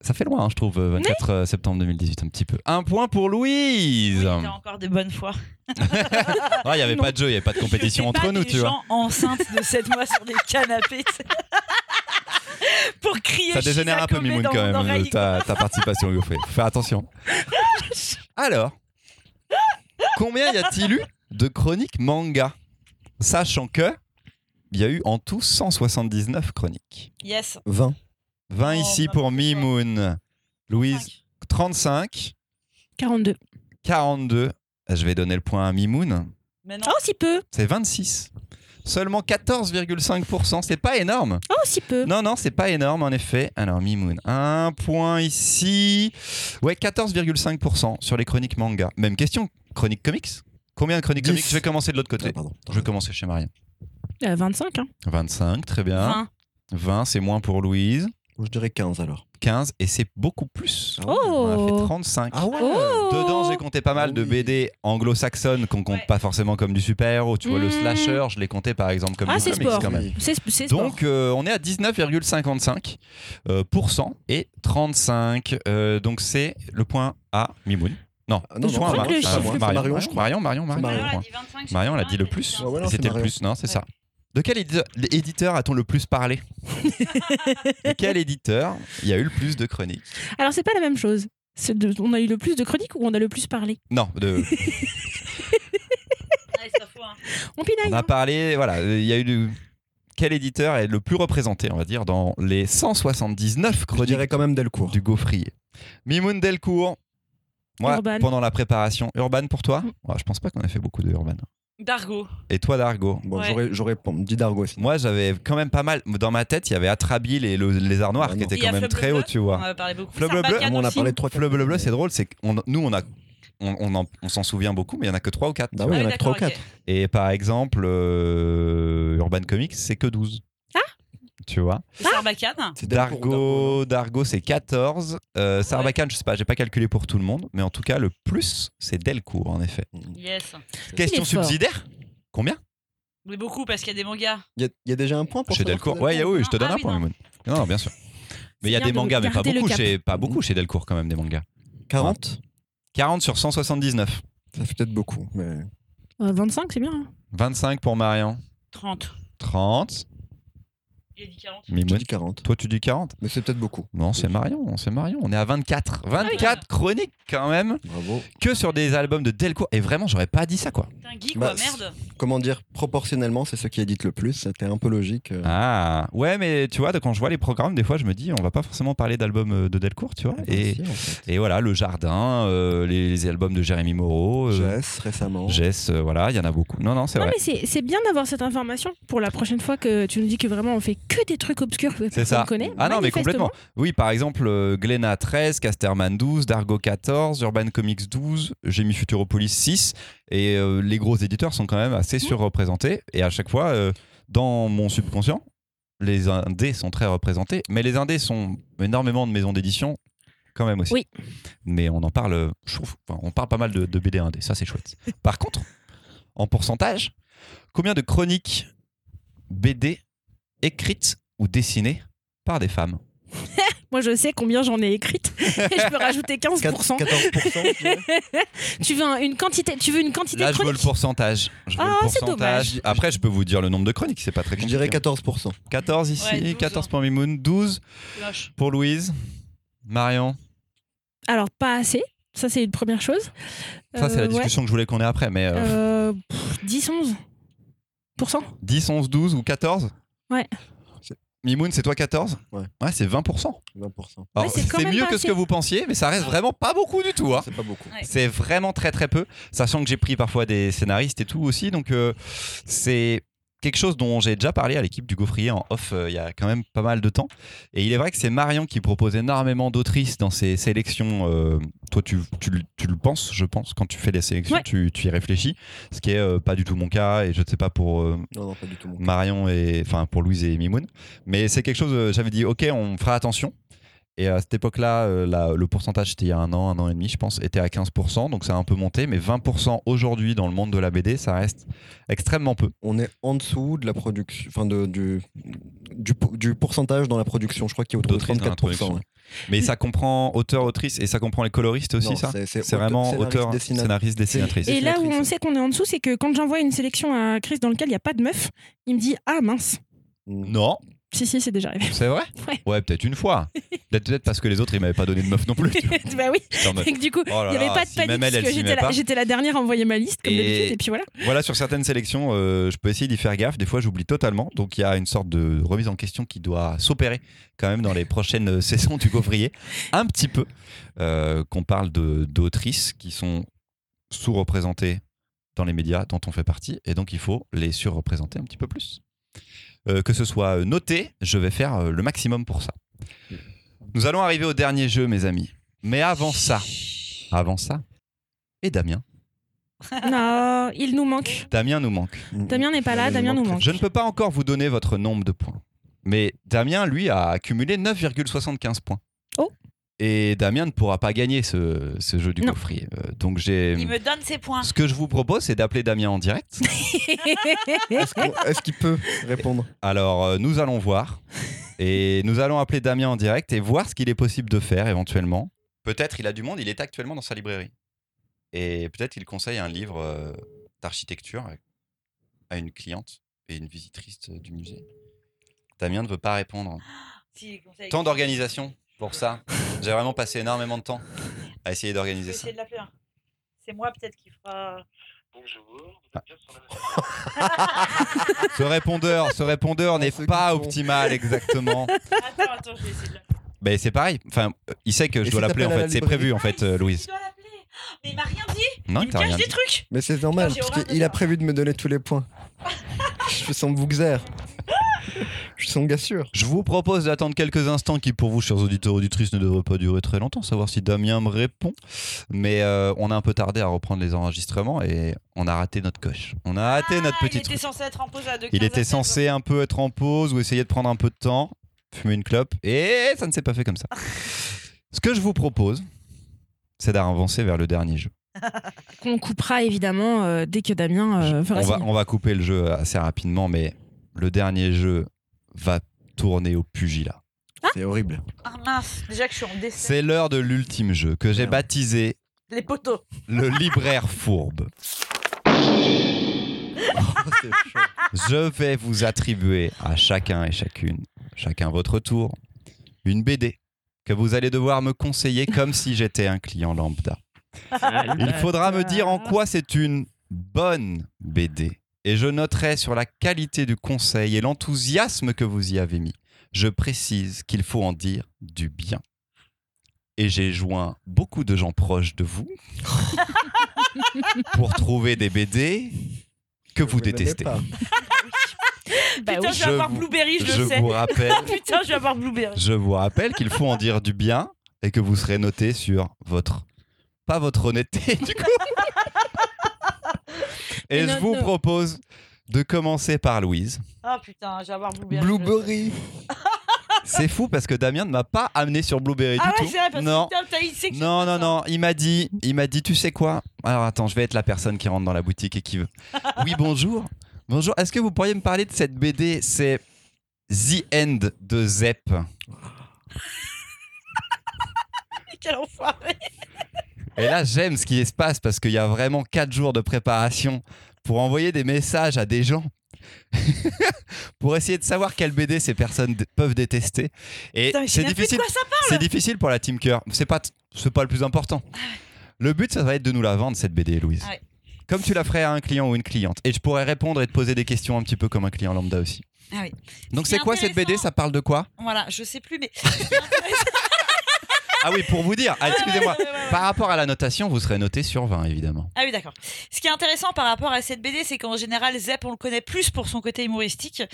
[SPEAKER 1] Ça fait loin, hein, je trouve, euh, 24 euh, septembre 2018, un petit peu. Un point pour
[SPEAKER 2] Oui,
[SPEAKER 1] Louise
[SPEAKER 2] t'as encore des bonnes fois.
[SPEAKER 1] Ah, Il n'y avait
[SPEAKER 4] Non.
[SPEAKER 1] pas de jeu, il n'y avait pas de compétition
[SPEAKER 2] Je fais
[SPEAKER 1] entre
[SPEAKER 2] pas
[SPEAKER 1] nous,
[SPEAKER 2] des
[SPEAKER 1] tu vois.
[SPEAKER 2] gens enceintes de 7 mois sur des canapés. tu sais. Pour crier.
[SPEAKER 1] Ça dégénère un peu,
[SPEAKER 2] Shizakome
[SPEAKER 1] Mimoun,
[SPEAKER 2] dans
[SPEAKER 1] quand
[SPEAKER 2] mon
[SPEAKER 1] même, euh,
[SPEAKER 2] oreille.
[SPEAKER 1] ta, ta participation au Gaufrier. Faut Faire attention. Alors, combien y a-t-il eu de chroniques manga Sachant que il y a eu en tout 179 chroniques.
[SPEAKER 2] Yes.
[SPEAKER 3] 20.
[SPEAKER 1] 20
[SPEAKER 2] Oh,
[SPEAKER 1] ici
[SPEAKER 2] bah,
[SPEAKER 1] pour
[SPEAKER 2] c'est
[SPEAKER 1] Mimoun. Louise, 35.
[SPEAKER 4] 42.
[SPEAKER 1] 42. Je vais donner le point à Mimoun.
[SPEAKER 2] Mais non.
[SPEAKER 4] Oh, si peu.
[SPEAKER 1] C'est 26. Seulement 14,5%. C'est pas énorme.
[SPEAKER 4] Oh, si peu.
[SPEAKER 1] Non, non, c'est pas énorme en effet. Alors, Mimoun, un point ici. Ouais, 14,5% sur les chroniques manga. Même question, chronique comics Combien de chroniques
[SPEAKER 3] Dix.
[SPEAKER 1] comics Je vais commencer de l'autre
[SPEAKER 3] Ah,
[SPEAKER 1] côté.
[SPEAKER 3] pardon.
[SPEAKER 1] Je vais commencer chez Marion.
[SPEAKER 4] Euh, 25, hein.
[SPEAKER 1] 25, très bien.
[SPEAKER 4] 20.
[SPEAKER 1] 20, c'est moins pour Louise.
[SPEAKER 3] Je dirais 15 alors.
[SPEAKER 1] 15, et c'est beaucoup plus.
[SPEAKER 3] Ah ouais.
[SPEAKER 1] On a fait
[SPEAKER 4] Oh.
[SPEAKER 1] 35.
[SPEAKER 3] Ah ouais
[SPEAKER 4] Oh.
[SPEAKER 1] Dedans, j'ai compté pas mal de
[SPEAKER 3] Oui.
[SPEAKER 1] BD anglo-saxonnes qu'on compte
[SPEAKER 2] Ouais.
[SPEAKER 1] pas forcément comme du super-héros. Tu vois, le
[SPEAKER 4] Mm.
[SPEAKER 1] slasher, je l'ai compté par exemple comme
[SPEAKER 4] Ah,
[SPEAKER 1] du
[SPEAKER 4] c'est
[SPEAKER 1] comics
[SPEAKER 4] sport.
[SPEAKER 1] quand même.
[SPEAKER 4] C'est c'est sport.
[SPEAKER 1] Donc euh, on est à 19,55% euh, pour cent et 35. euh, donc c'est le point à Mimoun. Non,
[SPEAKER 3] Ah, non,
[SPEAKER 4] Je
[SPEAKER 1] point
[SPEAKER 4] crois
[SPEAKER 1] à
[SPEAKER 4] que
[SPEAKER 1] Marion.
[SPEAKER 4] le chiffre-
[SPEAKER 1] Marion,
[SPEAKER 3] Marion, je crois.
[SPEAKER 1] Marion, Marion, Marion,
[SPEAKER 3] Marion.
[SPEAKER 1] Marion, le
[SPEAKER 2] Marion, elle a
[SPEAKER 1] point.
[SPEAKER 2] dit 25.
[SPEAKER 1] Marion, elle a
[SPEAKER 2] j'ai
[SPEAKER 1] dit le
[SPEAKER 2] dit
[SPEAKER 1] plus.
[SPEAKER 3] Ah ouais, non,
[SPEAKER 1] Et
[SPEAKER 3] c'est
[SPEAKER 1] c'était le
[SPEAKER 3] Marion.
[SPEAKER 1] plus, non, c'est
[SPEAKER 2] Ouais.
[SPEAKER 1] ça. De quel édi- éditeur a-t-on le plus parlé De quel éditeur il y a eu le plus de chroniques
[SPEAKER 4] Alors, c'est pas la même chose. C'est de- on a eu le plus de chroniques ou on a le plus parlé
[SPEAKER 1] Non, de-
[SPEAKER 2] Ouais, c'est pas faux, hein.
[SPEAKER 4] On pinaille.
[SPEAKER 1] on a
[SPEAKER 4] hein.
[SPEAKER 1] parlé, voilà, il y a eu le- Quel éditeur est le plus représenté, on va dire, dans les 179
[SPEAKER 3] Je
[SPEAKER 1] chroniques
[SPEAKER 3] dirais quand même Delcourt.
[SPEAKER 1] Bah, du gaufrier Mimoun Delcourt. Moi,
[SPEAKER 4] Urban.
[SPEAKER 1] pendant la préparation, Urban pour toi
[SPEAKER 2] Mm.
[SPEAKER 1] Ouais, Je pense pas qu'on a fait beaucoup de Urban.
[SPEAKER 2] Dargo.
[SPEAKER 1] Et toi, Dargo
[SPEAKER 3] Bon,
[SPEAKER 2] Ouais.
[SPEAKER 3] j'aurais, j'aurais pas- dit Dargo aussi.
[SPEAKER 1] Moi, j'avais quand même pas mal. Dans ma tête, il y avait Atrabile et le Lézard Noir
[SPEAKER 3] Ah
[SPEAKER 1] qui
[SPEAKER 3] non.
[SPEAKER 1] étaient
[SPEAKER 2] Il y a
[SPEAKER 1] quand même
[SPEAKER 2] Fleuve
[SPEAKER 1] très
[SPEAKER 2] Bleu.
[SPEAKER 1] haut, tu
[SPEAKER 2] On
[SPEAKER 1] vois.
[SPEAKER 2] en a parlé beaucoup.
[SPEAKER 1] Fleuve bleu,
[SPEAKER 2] Sarbacane
[SPEAKER 3] on en a
[SPEAKER 2] aussi.
[SPEAKER 3] parlé de trois. quatre.
[SPEAKER 1] Fleuve bleu, bleu, c'est drôle, c'est que nous, on, a, on, on en- on s'en souvient beaucoup, mais il y en a que 3 ou 4.
[SPEAKER 3] Bah
[SPEAKER 2] Ah
[SPEAKER 3] oui,
[SPEAKER 2] oui,
[SPEAKER 3] il y en a que
[SPEAKER 2] d'accord,
[SPEAKER 3] 3 ou 4.
[SPEAKER 2] ok.
[SPEAKER 1] Et par exemple, euh, Urban Comics, c'est que 12. Ah Tu vois
[SPEAKER 2] Et Sarbacane
[SPEAKER 3] C'est Delcourt ou
[SPEAKER 1] Dargo, Dargo c'est 14. Euh, Sarbacane, je sais pas, j'ai pas calculé pour tout le monde, mais en tout cas, le plus, c'est Delcourt, en effet.
[SPEAKER 3] non
[SPEAKER 2] Yes.
[SPEAKER 1] Question
[SPEAKER 4] fort.
[SPEAKER 1] subsidiaire Combien
[SPEAKER 2] Mais beaucoup parce qu'il y a des mangas.
[SPEAKER 3] Il y, a- il y a déjà un point pour
[SPEAKER 1] Chez
[SPEAKER 3] savoir
[SPEAKER 1] Delcourt
[SPEAKER 3] qui
[SPEAKER 1] Ouais,
[SPEAKER 3] est
[SPEAKER 1] oui, je te donne
[SPEAKER 2] Ah
[SPEAKER 1] un
[SPEAKER 2] oui,
[SPEAKER 1] point,
[SPEAKER 2] non.
[SPEAKER 1] Mimoun. Non, non, bien sûr. Mais il y a
[SPEAKER 4] bien
[SPEAKER 1] des
[SPEAKER 4] de
[SPEAKER 1] mangas, mais pas
[SPEAKER 4] garder le
[SPEAKER 1] beaucoup,
[SPEAKER 4] cap.
[SPEAKER 1] chez, pas beaucoup chez Delcourt, quand même, des mangas.
[SPEAKER 3] 40
[SPEAKER 1] 40 sur 179.
[SPEAKER 3] Ça fait peut-être beaucoup. Mais...
[SPEAKER 4] Euh, 25, c'est bien. hein.
[SPEAKER 1] 25 pour Marian.
[SPEAKER 2] 30.
[SPEAKER 1] 30.
[SPEAKER 2] Il a dit 40.
[SPEAKER 3] Je
[SPEAKER 1] Mimoun.
[SPEAKER 3] dis 40.
[SPEAKER 1] Toi, tu dis 40
[SPEAKER 3] Mais c'est peut-être beaucoup.
[SPEAKER 1] Non, c'est Marion, c'est Marion. On est à
[SPEAKER 4] Ah
[SPEAKER 1] 24. 24 chroniques quand même
[SPEAKER 3] Bravo.
[SPEAKER 1] que sur des albums de Delcourt. Et vraiment, j'aurais pas dit ça quoi.
[SPEAKER 2] T'es un geek,
[SPEAKER 3] Bah,
[SPEAKER 2] quoi, merde.
[SPEAKER 3] Comment dire Proportionnellement, c'est ceux qui éditent le plus. C'était un peu logique. euh.
[SPEAKER 1] Ah ouais, mais tu vois, de- quand je vois les programmes, des fois, je me dis, on va pas forcément parler d'albums euh, de Delcourt, tu vois.
[SPEAKER 3] Ah,
[SPEAKER 1] Et,
[SPEAKER 3] Si, en fait.
[SPEAKER 1] et voilà, Le Jardin, euh, les, les albums de Jérémy Moreau, euh,
[SPEAKER 3] Jess, récemment.
[SPEAKER 1] Jess, euh, voilà, il y en a beaucoup. Non, non, c'est
[SPEAKER 4] Non,
[SPEAKER 1] vrai.
[SPEAKER 4] mais c'est c'est bien d'avoir cette information pour la prochaine fois que tu nous dis que vraiment on fait que des trucs obscurs que personne
[SPEAKER 1] ça.
[SPEAKER 4] connaît.
[SPEAKER 1] Ah non, mais
[SPEAKER 4] Manifestement,
[SPEAKER 1] complètement. Oui, par exemple, euh, Glénat 13, Casterman 12, Dargo 14, Urban Comics 12, j'ai mis Futuropolis 6. Et euh, les gros éditeurs sont quand même assez surreprésentés. Et à chaque fois, euh, dans mon subconscient, les indés sont très représentés. Mais les indés sont énormément de maisons d'édition quand même aussi.
[SPEAKER 4] Oui.
[SPEAKER 1] Mais on en parle, euh, je trouve, enfin, on parle pas mal de, de BD indés, ça c'est chouette. Par contre, en pourcentage, combien de chroniques BD écrites ou dessinées par des femmes
[SPEAKER 4] Moi, je sais combien j'en ai écrites et je peux rajouter 15%.
[SPEAKER 3] 14%. je dirais.
[SPEAKER 4] tu, veux un- une quantité, tu veux une quantité
[SPEAKER 1] Là,
[SPEAKER 4] de
[SPEAKER 1] je veux le
[SPEAKER 4] chroniques
[SPEAKER 1] pourcentage. Je veux
[SPEAKER 4] Ah,
[SPEAKER 1] le
[SPEAKER 4] c'est
[SPEAKER 1] pourcentage.
[SPEAKER 3] dommage.
[SPEAKER 1] Après, je peux vous dire le nombre de chroniques, c'est pas très
[SPEAKER 3] Je
[SPEAKER 1] compliqué.
[SPEAKER 3] dirais 14%.
[SPEAKER 1] 14 ici,
[SPEAKER 2] Ouais, 12,
[SPEAKER 1] 14
[SPEAKER 2] hein.
[SPEAKER 1] pour Mimoun, 12
[SPEAKER 2] Lâche.
[SPEAKER 1] pour Louise, Marion.
[SPEAKER 4] Alors, pas assez. Ça, c'est une première chose.
[SPEAKER 1] Ça, c'est
[SPEAKER 4] Euh,
[SPEAKER 1] la
[SPEAKER 4] ouais.
[SPEAKER 1] discussion que je voulais qu'on ait après, mais euh,
[SPEAKER 4] Euh, pff, 10, 11
[SPEAKER 1] 10, 11, 12 ou 14
[SPEAKER 4] Ouais.
[SPEAKER 3] C'est-
[SPEAKER 1] Mimoun, c'est toi 14
[SPEAKER 3] Ouais.
[SPEAKER 1] c'est 20%.
[SPEAKER 3] 20%.
[SPEAKER 1] Alors,
[SPEAKER 4] Ouais, c'est quand
[SPEAKER 1] c'est
[SPEAKER 4] même
[SPEAKER 1] mieux
[SPEAKER 4] pas
[SPEAKER 1] que ce
[SPEAKER 4] assez.
[SPEAKER 1] que vous pensiez, mais ça reste vraiment pas beaucoup du tout. hein.
[SPEAKER 3] C'est pas beaucoup.
[SPEAKER 2] Ouais.
[SPEAKER 1] C'est vraiment très très peu, sachant que j'ai pris parfois des scénaristes et tout aussi, donc euh, c'est quelque chose dont j'ai déjà parlé à l'équipe du Gaufrier en off euh, il y a quand même pas mal de temps. Et il est vrai que c'est Marion qui propose énormément d'autrices dans ses sélections. euh, toi, tu, tu le- tu le penses, je pense, quand tu fais des sélections,
[SPEAKER 4] Ouais.
[SPEAKER 1] tu, tu y réfléchis, ce qui est euh, pas du tout mon cas, et je ne sais pas pour euh,
[SPEAKER 3] Non, non, pas du tout. mon-
[SPEAKER 1] Marion et enfin pour Louise et Mimoun. Mais c'est quelque chose. euh, J'avais dit ok, on fera attention. Et à cette époque-là, euh, la- le pourcentage c'était il y a un an, un an et demi, je pense, était à 15%, donc ça a un peu monté. Mais 20% aujourd'hui dans le monde de la BD, ça reste extrêmement peu.
[SPEAKER 3] On est en dessous de la production, enfin de, du, du, po- du pourcentage dans la production, je crois qu'il est autour de
[SPEAKER 1] D'autrice dans la
[SPEAKER 3] 34%.
[SPEAKER 1] production.
[SPEAKER 3] ouais.
[SPEAKER 1] Mais ça comprend auteur, autrice et ça comprend les coloristes aussi,
[SPEAKER 3] Non,
[SPEAKER 1] ça.
[SPEAKER 3] C'est
[SPEAKER 1] C'est
[SPEAKER 3] aute-
[SPEAKER 1] vraiment
[SPEAKER 3] scénariste,
[SPEAKER 1] auteur,
[SPEAKER 3] dessinateur.
[SPEAKER 1] scénariste, dessinatrice.
[SPEAKER 4] Et là où on
[SPEAKER 3] Dessinatrice.
[SPEAKER 4] sait qu'on est en dessous, c'est que quand j'envoie une sélection à Chris dans lequel il n'y a pas de meuf, il me dit Ah mince.
[SPEAKER 3] Mm.
[SPEAKER 1] Non,
[SPEAKER 4] Si, si, c'est déjà arrivé.
[SPEAKER 1] c'est vrai
[SPEAKER 4] Ouais.
[SPEAKER 1] peut-être une fois. Peut-être peut-être parce que les autres, ils m'avaient pas donné de meuf non plus. tu vois.
[SPEAKER 4] bah oui.
[SPEAKER 1] J'étais en mode,
[SPEAKER 4] Et que du coup, il
[SPEAKER 1] Oh là
[SPEAKER 4] n'y avait
[SPEAKER 1] là,
[SPEAKER 4] pas de
[SPEAKER 1] si
[SPEAKER 4] panique
[SPEAKER 1] même elle,
[SPEAKER 4] parce
[SPEAKER 1] elle
[SPEAKER 4] que
[SPEAKER 1] s'y
[SPEAKER 4] j'étais
[SPEAKER 1] met
[SPEAKER 4] la,
[SPEAKER 1] pas.
[SPEAKER 4] j'étais la dernière à envoyer ma liste, comme
[SPEAKER 1] Et-
[SPEAKER 4] d'habitude, et puis voilà.
[SPEAKER 1] Voilà, sur certaines sélections, euh, je peux essayer d'y faire gaffe. Des fois, j'oublie totalement. Donc, il y a une sorte de remise en question qui doit s'opérer quand même dans les prochaines euh, saisons du Gaufrier. Un petit peu. euh, qu'on parle de- d'autrices qui sont sous-représentées dans les médias dont on fait partie. Et donc, il faut les surreprésenter un petit peu plus. Euh, que ce soit euh, noté, je vais faire euh, le maximum pour ça. Nous allons arriver au dernier jeu, mes amis. Mais avant ça, avant ça, et Damien.
[SPEAKER 4] non, il nous manque.
[SPEAKER 1] Damien nous manque.
[SPEAKER 3] Mm.
[SPEAKER 4] Damien n'est pas là,
[SPEAKER 3] Il nous
[SPEAKER 4] Damien nous
[SPEAKER 3] manque.
[SPEAKER 4] manque.
[SPEAKER 1] Je ne peux pas encore vous donner votre nombre de points. Mais Damien, lui, a accumulé 9,75 points.
[SPEAKER 4] Oh.
[SPEAKER 1] Et Damien ne pourra pas gagner ce, ce jeu du
[SPEAKER 4] Non.
[SPEAKER 1] gaufrier. Euh, donc j'ai.
[SPEAKER 2] Il me donne ses points.
[SPEAKER 1] Ce que je vous propose, c'est d'appeler Damien en direct.
[SPEAKER 3] Est-ce qu'on- est-ce qu'il peut répondre
[SPEAKER 1] Alors euh, nous allons voir. Et nous allons appeler Damien en direct et voir ce qu'il est possible de faire éventuellement. Peut-être il a du monde, il est actuellement dans sa librairie. Et peut-être il conseille un livre euh, d'architecture à une cliente. et une visitrice euh, du musée. Damien ne veut pas répondre.
[SPEAKER 2] Si, comme ça, il-
[SPEAKER 1] Tant d'organisation pour ça. J'ai vraiment passé énormément de temps à essayer
[SPEAKER 2] Je vais
[SPEAKER 1] d'organiser ça.
[SPEAKER 2] essayer de l'appeler. hein. C'est moi peut-être qui fera.
[SPEAKER 5] Bonjour, vous êtes bien sur la messagerie.
[SPEAKER 1] Ce répondeur, ce répondeur n'est
[SPEAKER 3] ceux qui
[SPEAKER 1] pas
[SPEAKER 3] font.
[SPEAKER 1] optimal exactement.
[SPEAKER 2] Attends, attends, je vais essayer de l'appeler.
[SPEAKER 1] Ben c'est pareil. Enfin, euh, il sait que je
[SPEAKER 3] Et
[SPEAKER 1] dois
[SPEAKER 3] si
[SPEAKER 1] l'appeler en
[SPEAKER 3] t'appelles à
[SPEAKER 1] fait.
[SPEAKER 3] la
[SPEAKER 1] C'est prévu en fait, euh,
[SPEAKER 2] Je
[SPEAKER 1] Louise.
[SPEAKER 2] dois l'appeler. Mais il m'a rien dit.
[SPEAKER 1] Non,
[SPEAKER 2] Il
[SPEAKER 1] il
[SPEAKER 2] me
[SPEAKER 1] t'a rien
[SPEAKER 2] cache
[SPEAKER 1] dit.
[SPEAKER 2] des trucs.
[SPEAKER 3] Mais c'est normal,
[SPEAKER 2] J'ai
[SPEAKER 3] parce
[SPEAKER 2] horreur de
[SPEAKER 3] qu'il a
[SPEAKER 2] ça.
[SPEAKER 3] prévu de me donner tous les points. Je suis son bougzer. Je suis son gars sûr.
[SPEAKER 1] Je vous propose d'attendre quelques instants qui, pour vous, chers auditeurs auditrices, ne devraient pas durer très longtemps, savoir si Damien me répond. Mais euh, on a un peu tardé à reprendre les enregistrements et on a raté notre coche. On a raté notre
[SPEAKER 2] Ah,
[SPEAKER 1] petit
[SPEAKER 2] Il était
[SPEAKER 1] truc.
[SPEAKER 2] censé être en pause à deux.
[SPEAKER 1] Il était censé un peu être en pause ou essayer de prendre un peu de temps, fumer une clope, et ça ne s'est pas fait comme ça. Ce que je vous propose, c'est d'avancer vers le dernier jeu.
[SPEAKER 4] Qu'on coupera évidemment euh, dès que Damien euh, fera
[SPEAKER 1] on, va,
[SPEAKER 4] signe.
[SPEAKER 1] on va couper le jeu assez rapidement, mais le dernier jeu va tourner au pugilat.
[SPEAKER 3] C'est horrible.
[SPEAKER 2] Ah mince, déjà que je suis en décès.
[SPEAKER 1] C'est l'heure de l'ultime jeu que j'ai
[SPEAKER 3] Merde.
[SPEAKER 1] baptisé
[SPEAKER 2] Les poteaux.
[SPEAKER 1] le libraire fourbe.
[SPEAKER 3] Oh,
[SPEAKER 1] Je vais vous attribuer à chacun et chacune, chacun votre tour, une BD que vous allez devoir me conseiller comme si j'étais un client lambda. Il faudra me dire en quoi c'est une bonne BD. Et je noterai sur la qualité du conseil et l'enthousiasme que vous y avez mis. Je précise qu'il faut en dire du bien. Et j'ai joint beaucoup de gens proches de vous pour trouver des BD que vous détestez.
[SPEAKER 4] Bah
[SPEAKER 2] Putain,
[SPEAKER 4] oui.
[SPEAKER 2] je
[SPEAKER 1] Je
[SPEAKER 2] vais avoir
[SPEAKER 1] vous-
[SPEAKER 2] Blueberry, je,
[SPEAKER 1] Je
[SPEAKER 2] le sais.
[SPEAKER 1] vous rappelle,
[SPEAKER 2] Putain, je vais avoir Blueberry.
[SPEAKER 1] je vous rappelle qu'il faut en dire du bien et que vous serez noté sur votre pas votre honnêteté du coup.
[SPEAKER 4] Mais
[SPEAKER 1] et
[SPEAKER 4] non,
[SPEAKER 1] je vous
[SPEAKER 4] non.
[SPEAKER 1] propose de commencer par Louise.
[SPEAKER 2] Ah putain, je vais avoir Blueberry. je le sais.
[SPEAKER 3] Blueberry.
[SPEAKER 1] C'est fou parce que Damien ne m'a pas amené sur Blueberry
[SPEAKER 2] Ah
[SPEAKER 1] du
[SPEAKER 2] ouais,
[SPEAKER 1] tout.
[SPEAKER 2] c'est vrai, parce
[SPEAKER 1] non.
[SPEAKER 2] que putain, t'as- il sait que je
[SPEAKER 1] Non,
[SPEAKER 2] fais
[SPEAKER 1] non,
[SPEAKER 2] ça.
[SPEAKER 1] non, il m'a dit, il m'a dit, tu sais quoi Alors attends, je vais être la personne qui rentre dans la boutique et qui veut. Oui, bonjour. Bonjour, est-ce que vous pourriez me parler de cette BD C'est The End de Zepp.
[SPEAKER 2] Quel enfoiré.
[SPEAKER 1] Et là, j'aime ce qui se passe parce qu'il y a vraiment 4 jours de préparation pour envoyer des messages à des gens. pour essayer de savoir quelle BD ces personnes d- peuvent détester. Et
[SPEAKER 2] Putain, mais je sais
[SPEAKER 1] c'est
[SPEAKER 2] même plus de
[SPEAKER 1] difficile,
[SPEAKER 2] quoi ça parle. Ah
[SPEAKER 1] c'est difficile pour la Team Cœur. C'est pas, t- c'est pas le plus important. Le but, ça va être de nous la vendre, cette BD, Louise.
[SPEAKER 2] Ouais.
[SPEAKER 1] Comme tu la ferais à un client ou une cliente. Et je pourrais répondre et te poser des questions un petit peu comme un client lambda aussi.
[SPEAKER 2] Ah oui.
[SPEAKER 1] Donc
[SPEAKER 2] Ce
[SPEAKER 1] c'est
[SPEAKER 2] qui est
[SPEAKER 1] quoi cette BD
[SPEAKER 2] intéressant-
[SPEAKER 1] Ça parle de quoi
[SPEAKER 2] Voilà, je sais plus, mais.
[SPEAKER 1] Ah oui, pour vous dire, ah, excusez-moi.
[SPEAKER 2] Ouais, ouais, ouais, ouais.
[SPEAKER 1] Par rapport à la notation, vous serez noté sur 20, évidemment.
[SPEAKER 2] Ah oui, d'accord. Ce qui est intéressant par rapport à cette BD, c'est qu'en général, Zep, on le connaît plus pour son côté humoristique.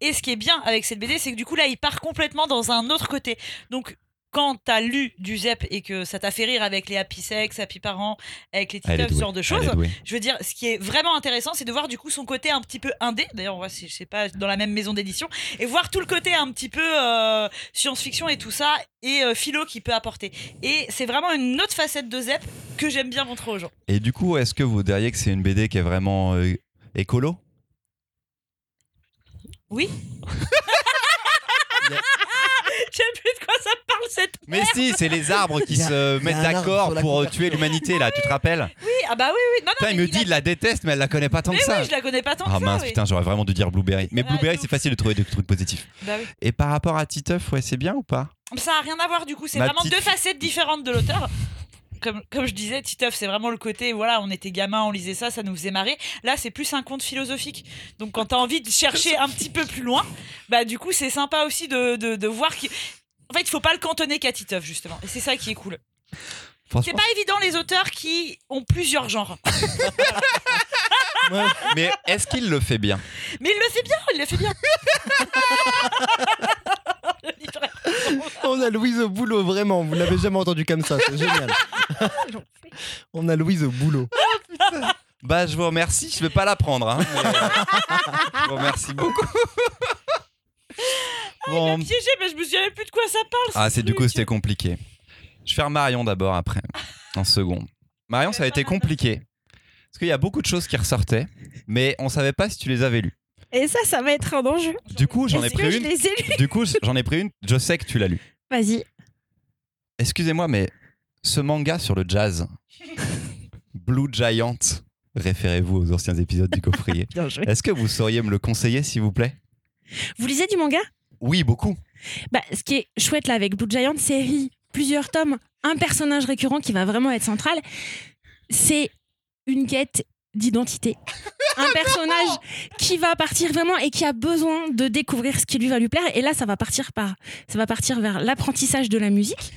[SPEAKER 2] Et ce qui est bien avec cette BD, c'est que du coup, là, il part complètement dans un autre côté. Donc, quand t'as lu du Zep et que ça t'a fait rire avec les Happy Sex, Happy Parents, avec les
[SPEAKER 1] Elle est
[SPEAKER 2] TikTok, ce
[SPEAKER 1] douée.
[SPEAKER 2] genre de
[SPEAKER 1] Elle
[SPEAKER 2] choses,
[SPEAKER 1] est douée.
[SPEAKER 2] je veux dire, ce qui est vraiment intéressant, c'est de voir du coup son côté un petit peu indé. D'ailleurs, on voit, si- je sais pas, dans la même maison d'édition, et voir tout le côté un petit peu euh, science-fiction et tout ça, et euh, philo qu'il peut apporter. Et c'est vraiment une autre facette de Zep que j'aime bien montrer aux gens.
[SPEAKER 1] Et du coup, est-ce que vous diriez que c'est une BD qui est vraiment euh, écolo
[SPEAKER 2] Je sais plus de quoi ça parle cette.
[SPEAKER 1] Mais si, c'est les arbres qui
[SPEAKER 3] Il y a-
[SPEAKER 1] se
[SPEAKER 3] il y a
[SPEAKER 1] mettent
[SPEAKER 3] un arbre
[SPEAKER 1] d'accord
[SPEAKER 3] sur la
[SPEAKER 1] pour euh,
[SPEAKER 3] couverture.
[SPEAKER 1] tuer l'humanité, là, tu te rappelles
[SPEAKER 2] Oui, ah bah oui, oui. Non, non,
[SPEAKER 1] Putain, il
[SPEAKER 2] mais
[SPEAKER 1] me dit,
[SPEAKER 2] a-
[SPEAKER 1] il la déteste, mais elle la connaît pas tant
[SPEAKER 2] Mais
[SPEAKER 1] que ça.
[SPEAKER 2] oui, je la connais pas tant
[SPEAKER 1] Ah
[SPEAKER 2] que
[SPEAKER 1] mince,
[SPEAKER 2] ça. oui.
[SPEAKER 1] putain, j'aurais vraiment dû dire Blueberry. Mais
[SPEAKER 2] Ouais,
[SPEAKER 1] Blueberry,
[SPEAKER 2] de
[SPEAKER 1] c'est
[SPEAKER 2] ouf.
[SPEAKER 1] facile de trouver des trucs positifs.
[SPEAKER 2] Bah oui.
[SPEAKER 1] Et par rapport à Titeuf, ouais, c'est bien ou pas
[SPEAKER 2] Ça a rien à voir du coup. C'est
[SPEAKER 1] Ma
[SPEAKER 2] vraiment
[SPEAKER 1] petite-
[SPEAKER 2] deux facettes différentes de l'auteur. Comme, comme je disais, Titeuf, c'est vraiment le côté, voilà, on était gamin, on lisait ça, ça nous faisait marrer. Là, c'est plus un conte philosophique. Donc, quand t'as envie de chercher un petit peu plus loin, bah, du coup, c'est sympa aussi de, de, de voir qu'il. En fait, il faut pas le cantonner qu'à Titeuf, justement. Et c'est ça qui est cool. C'est
[SPEAKER 1] Franchement.
[SPEAKER 2] pas évident, les auteurs qui ont plusieurs genres.
[SPEAKER 1] Mais est-ce qu'il le fait bien
[SPEAKER 2] Mais il le fait bien, il le fait bien. Le libraire.
[SPEAKER 3] On a Louise au boulot, vraiment. Vous l'avez jamais entendu comme ça. C'est génial. On a Louise au boulot.
[SPEAKER 1] Bah, je vous remercie, je vais pas la prendre. hein, mais, euh, je vous remercie beaucoup.
[SPEAKER 2] Ah,
[SPEAKER 1] Bon,
[SPEAKER 2] Piégé, mais je me souviens plus de quoi ça parle.
[SPEAKER 1] Ah, c'est du
[SPEAKER 2] truc.
[SPEAKER 1] coup, c'était compliqué. Je vais faire Marion d'abord après, en second. Marion, ça a été compliqué. Parce qu'il y a beaucoup de choses qui ressortaient, mais on savait pas si tu les avais lues.
[SPEAKER 4] Et ça, ça va être un enjeu.
[SPEAKER 1] Du coup, j'en ai
[SPEAKER 4] Est-ce que
[SPEAKER 1] pris
[SPEAKER 4] je
[SPEAKER 1] une.
[SPEAKER 4] les ai lus
[SPEAKER 1] Du coup, j'en ai pris une. Je sais que tu l'as lue.
[SPEAKER 4] Vas-y.
[SPEAKER 1] Excusez-moi, mais ce manga sur le jazz, Blue Giant, référez-vous aux anciens épisodes du coffrier.
[SPEAKER 4] Bien joué.
[SPEAKER 1] Est-ce que vous sauriez me le conseiller, s'il vous plaît
[SPEAKER 4] Vous lisez du manga
[SPEAKER 1] Oui, beaucoup.
[SPEAKER 4] Bah, ce qui est chouette là avec Blue Giant, série, plusieurs tomes, un personnage récurrent qui va vraiment être central, c'est une quête d'identité. Un personnage qui va partir vraiment et qui a besoin de découvrir ce qui lui va lui plaire. Et là, ça va partir par, ça va partir vers l'apprentissage de la musique.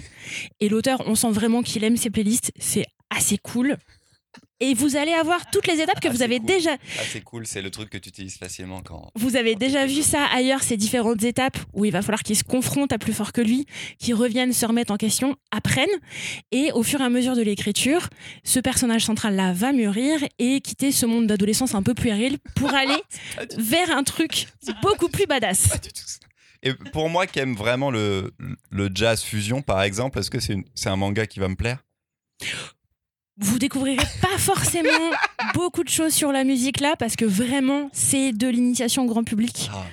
[SPEAKER 4] Et l'auteur, on sent vraiment qu'il aime ses playlists. C'est assez cool. Et vous allez avoir toutes les étapes que vous
[SPEAKER 1] c'est
[SPEAKER 4] avez
[SPEAKER 1] cool.
[SPEAKER 4] déjà
[SPEAKER 1] Ah, c'est cool, c'est le truc que tu utilises facilement quand.
[SPEAKER 4] vous avez
[SPEAKER 1] Quand il
[SPEAKER 4] déjà
[SPEAKER 1] fait
[SPEAKER 4] vu ça ailleurs, ces différentes étapes où il va falloir qu'il se confronte à plus fort que lui, qu'il revienne se remettre en question, apprenne. Et au fur et à mesure de l'écriture, ce personnage central-là va mûrir et quitter ce monde d'adolescence un peu puéril pour aller vers un truc beaucoup plus badass.
[SPEAKER 1] Et pour moi qui aime vraiment le, le jazz fusion, par exemple, est-ce que c'est une- c'est un manga qui va me plaire
[SPEAKER 4] Vous découvrirez pas forcément beaucoup de choses sur la musique là parce que vraiment, c'est de l'initiation au grand public.
[SPEAKER 1] Ah,